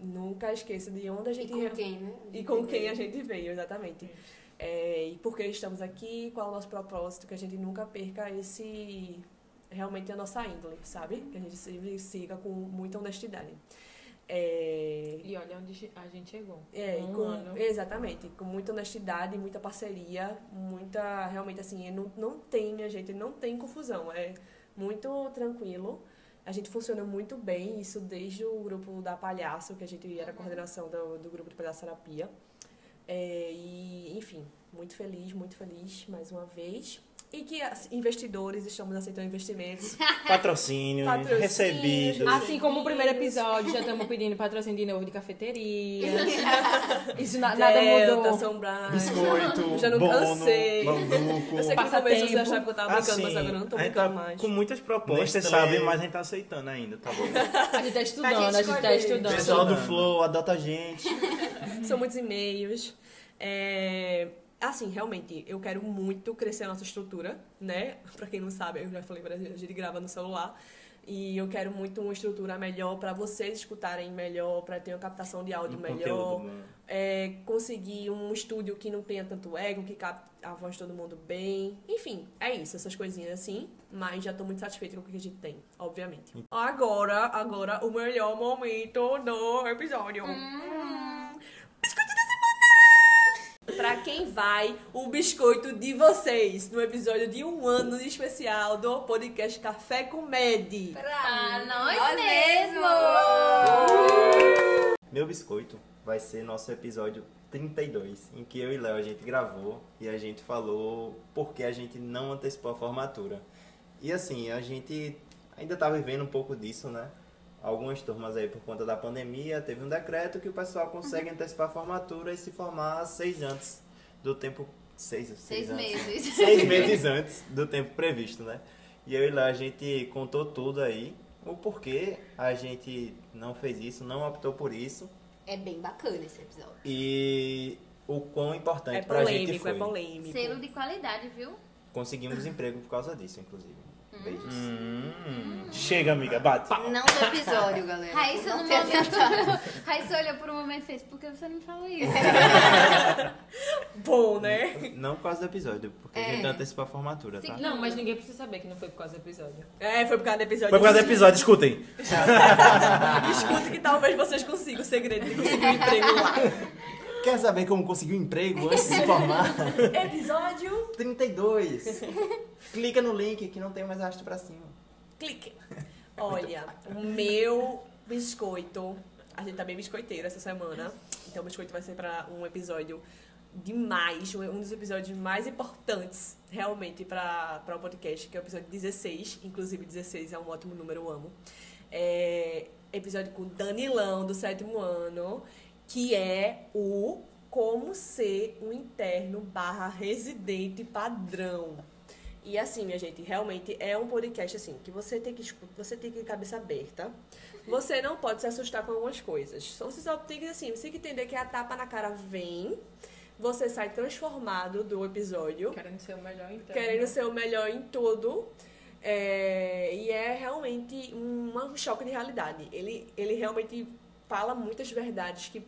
Nunca esqueça de onde a
E
gente
com quem, né?
e com quem a gente veio, exatamente. É, e por que estamos aqui, qual é o nosso propósito, que a gente nunca perca esse. realmente a nossa índole, sabe? Que a gente sempre siga com muita honestidade. É,
E olha onde a gente chegou.
é, e
um
com-
ano.
exatamente, com muita honestidade, muita parceria, muita, realmente assim, não, não tem, minha gente, não tem confusão, é muito tranquilo. A gente funciona muito bem, isso desde o grupo da Palhaço, que a gente
Uhum.
era a coordenação do, do grupo de palhaçoterapia. É, e, enfim, muito feliz, muito feliz mais uma vez. E que as- investidores, estamos aceitando investimentos.
Patrocínios,
Patrocínios,
recebidos.
Assim como o primeiro episódio, já estamos pedindo patrocínio de novo de cafeteria. Isso na- nada
Delta,
mudou.
São Brás.
Biscoito,
Já não
bono,
cansei.
manduco.
Eu sei que no
Passatempo.
começo vocês achavam que eu tava Ah, tá brincando, mas agora eu não tô
a gente
brincando
tá
mais.
Com muitas propostas,
Nestlé.
sabe? Mas a gente tá aceitando ainda, tá bom?
A gente tá estudando, a gente tá estudando.
Pessoal do Flow, adota a gente.
Uhum.
São muitos e-mails. É, Assim, realmente, eu quero muito crescer a nossa estrutura, né? Pra quem não sabe, eu já falei, pra- a gente grava no celular. E eu quero muito uma estrutura melhor pra vocês escutarem melhor, pra ter uma captação de áudio
Um
melhor.
conteúdo bom.
É, conseguir um estúdio que não tenha tanto ego, que capte a voz de todo mundo bem. Enfim, é isso, essas coisinhas assim. Mas já tô muito satisfeita com o que a gente tem, obviamente. Agora, agora, o melhor momento do episódio. Pra quem vai o biscoito de vocês no episódio de um ano de especial do podcast Café com Med.
Pra nós,
nós
mesmos!
Meu biscoito vai ser nosso episódio 32, em que eu e Léo a gente gravou e a gente falou por que a gente não antecipou a formatura. E assim, a gente ainda tá vivendo um pouco disso, né? Algumas turmas aí, por conta da pandemia, teve um decreto que o pessoal consegue antecipar a formatura e se formar seis antes do tempo. Seis, seis,
Seis
antes.
meses.
seis meses antes do tempo previsto, né? E eu e lá a gente contou tudo aí, o porquê a gente não fez isso, não optou por isso
É bem bacana esse episódio.
e o quão importante
É
pra gente
polêmico,
foi.
é polêmico.
Selo de qualidade, viu?
É.
Conseguimos emprego por causa disso, inclusive. Beijos.
Hum. Chega, amiga, bate.
Não do episódio, galera.
Raíssa, no
tem adiantado.
momento. Raíssa olhou por um momento e fez: por que você não me falou isso?
Bom, né?
Não por causa do episódio, porque a
É.
gente antecipou a formatura, tá?
Não, mas ninguém precisa saber que não foi por causa do episódio.
É, foi por causa do episódio.
Foi por causa do episódio, escutem.
Escuta que talvez vocês consigam o segredo de conseguir um emprego lá.
Quer saber como conseguiu emprego antes de se formar?
Episódio.
32! Clica no link que não tem mais arrasto pra cima.
Clique. Olha, o meu biscoito. A gente tá bem biscoiteiro essa semana. Então o biscoito vai ser pra um episódio demais, um dos episódios mais importantes realmente pra pra o podcast, que é o episódio 16. Inclusive 16 é um ótimo número, eu amo. É, episódio com Danilão do sétimo ano, que é o como ser um interno barra residente padrão. E assim, minha gente, realmente é um podcast assim que você tem que escu- você tem que ter cabeça aberta. Você não pode se assustar com algumas coisas. Só você só tem que assim, você tem que entender que a tapa na cara vem, você sai transformado do episódio,
Querendo ser o melhor, então.
querendo ser o melhor em tudo. É, e é realmente um, um choque de realidade. Ele, ele realmente fala muitas verdades que,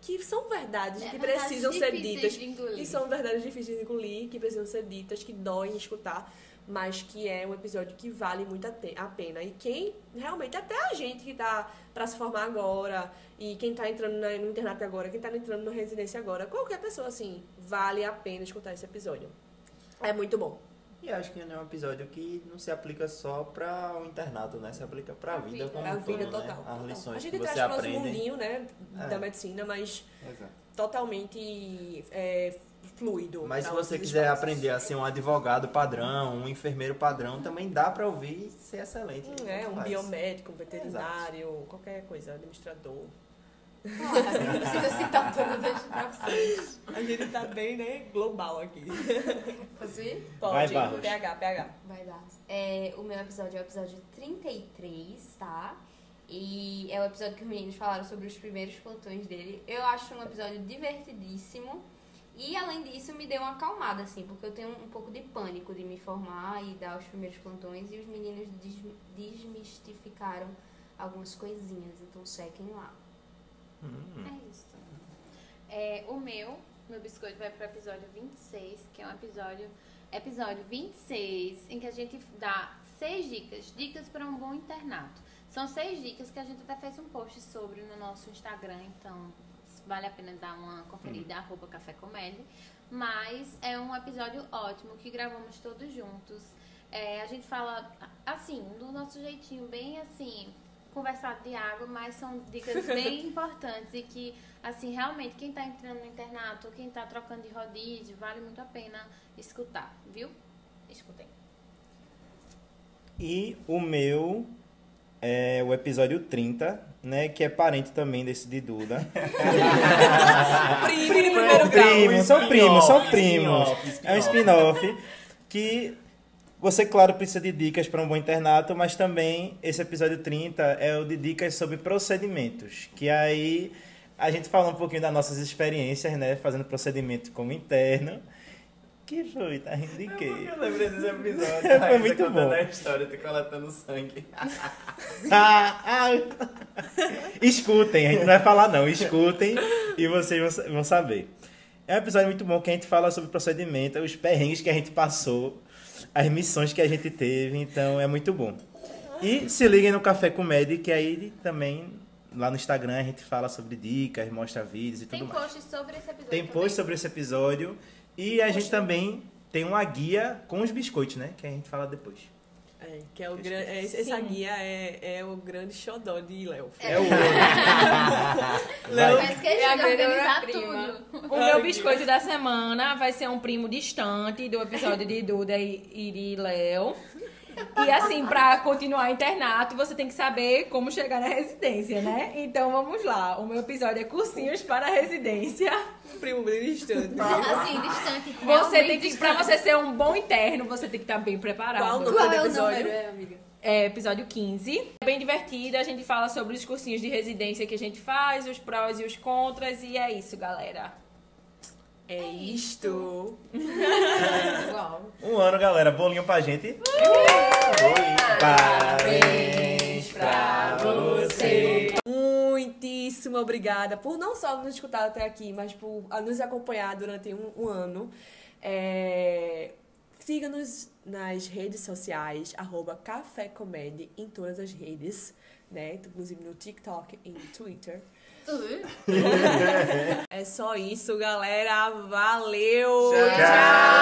que são verdades
É,
tá
que
verdades
precisam ser ditas.
difíceis de engolir.
E são verdades difíceis de engolir, que precisam ser ditas, que doem escutar, mas que é um episódio que vale muito a, te- a pena. E quem realmente, até a gente que tá pra se formar agora, e quem tá entrando na- no internato agora, quem tá entrando na residência agora, qualquer pessoa, assim, vale a pena escutar esse episódio. É muito bom.
E acho que é um episódio que não se aplica só pra o internato, né? Se aplica pra a vida
vida.
como
É A
um
vida
todo,
total.
né? As lições
a gente
que você
traz pro nosso
aprende.
mundinho, né, da
É.
medicina, mas
Exato.
totalmente é, fluido.
Mas se
pra
você
outros
quiser
espaços.
aprender a ser um advogado padrão, um enfermeiro padrão, também dá pra ouvir e ser excelente.
Hum, É, um
Faz.
biomédico, um veterinário, qualquer coisa, administrador.
Não precisa citar todas as profissões.
A gente tá bem, né, global aqui.
Posso ir?
Vai,
Pode,
Barros.
PH, PH.
Vai dar. É, o meu episódio é o episódio 33, tá? E é o episódio que os meninos falaram sobre os primeiros plantões dele. Eu acho um episódio divertidíssimo. E além disso, me deu uma acalmada, assim, porque eu tenho um pouco de pânico de me formar e dar os primeiros plantões. E os meninos desmi- desmistificaram algumas coisinhas. Então chequem lá.
É isso. É, o meu, meu biscoito vai pro episódio 26, que é um episódio, episódio 26, em que a gente dá seis dicas, dicas para um bom internato. São seis dicas que a gente até fez um post sobre no nosso Instagram, então vale a pena dar uma conferida, arroba Café Comédia. Mas é um episódio ótimo que gravamos todos juntos. É, a gente fala assim, do nosso jeitinho, bem assim, conversado de água, mas são dicas bem importantes e que, assim, realmente quem tá entrando no internato ou quem tá trocando de rodízio, vale muito a pena escutar, viu? Escutem.
E o meu é o episódio 30, né? Que é parente também desse de Duda.
Ah,
Primo de primeiro grau.
Primos, É um são primos, são
spin-off,
primos.
spin-off,
É um spin-off que você, claro, precisa de dicas para um bom internato, mas também esse episódio 30 é o de dicas sobre procedimentos, que aí a gente fala um pouquinho das nossas experiências, né, fazendo procedimento como interno. Que foi? Tá rindo de quê?
Eu lembrei desse episódio.
Foi
Raíssa
muito
contando
bom.
a história, tu coletando sangue.
Ah, ah. Escutem, a gente não vai falar não, escutem e vocês vão sa- vão saber. É um episódio muito bom que a gente fala sobre procedimento, os perrengues que a gente passou, as missões que a gente teve, então é muito bom. E se liguem no Café com Med, que aí também lá no Instagram a gente fala sobre dicas, mostra vídeos e
Tem
tudo mais.
posts sobre esse episódio.
Tem post sobre esse episódio e a gente também tem uma guia com os biscoitos, né? Que a gente fala depois.
É, que é o gran... é, essa guia é, é o grande xodó de Léo.
É o ouro.
também.
Léo,
Faz questão
É a
de
melhor
organizar
prima.
tudo.
O meu biscoito da semana vai ser um primo distante do episódio de Duda e, e de Léo. E assim, pra continuar internato, você tem que saber como chegar na residência, né? Então vamos lá. O meu episódio é cursinhos para a residência.
Primo bem distante.
Assim, distante.
Você
realmente
tem que, pra
distante.
você ser um bom interno, você tem que estar bem preparado.
Qual o nome
Qual
do
é o
episódio?
número, é, amiga?
É, episódio 15. É bem divertido, a gente fala sobre os cursinhos de residência que a gente faz, os prós e os contras, e é isso, galera.
É isto.
Uau.
um ano, galera. Bolinho pra gente.
Parabéns pra você.
Muitíssimo obrigada por não só nos escutar até aqui, mas por a- nos acompanhar durante um, um ano. É, Siga-nos nas redes sociais, arroba Café Comedy, em todas as redes, né? Inclusive no TikTok e no Twitter. É só isso, galera. Valeu! Tchau.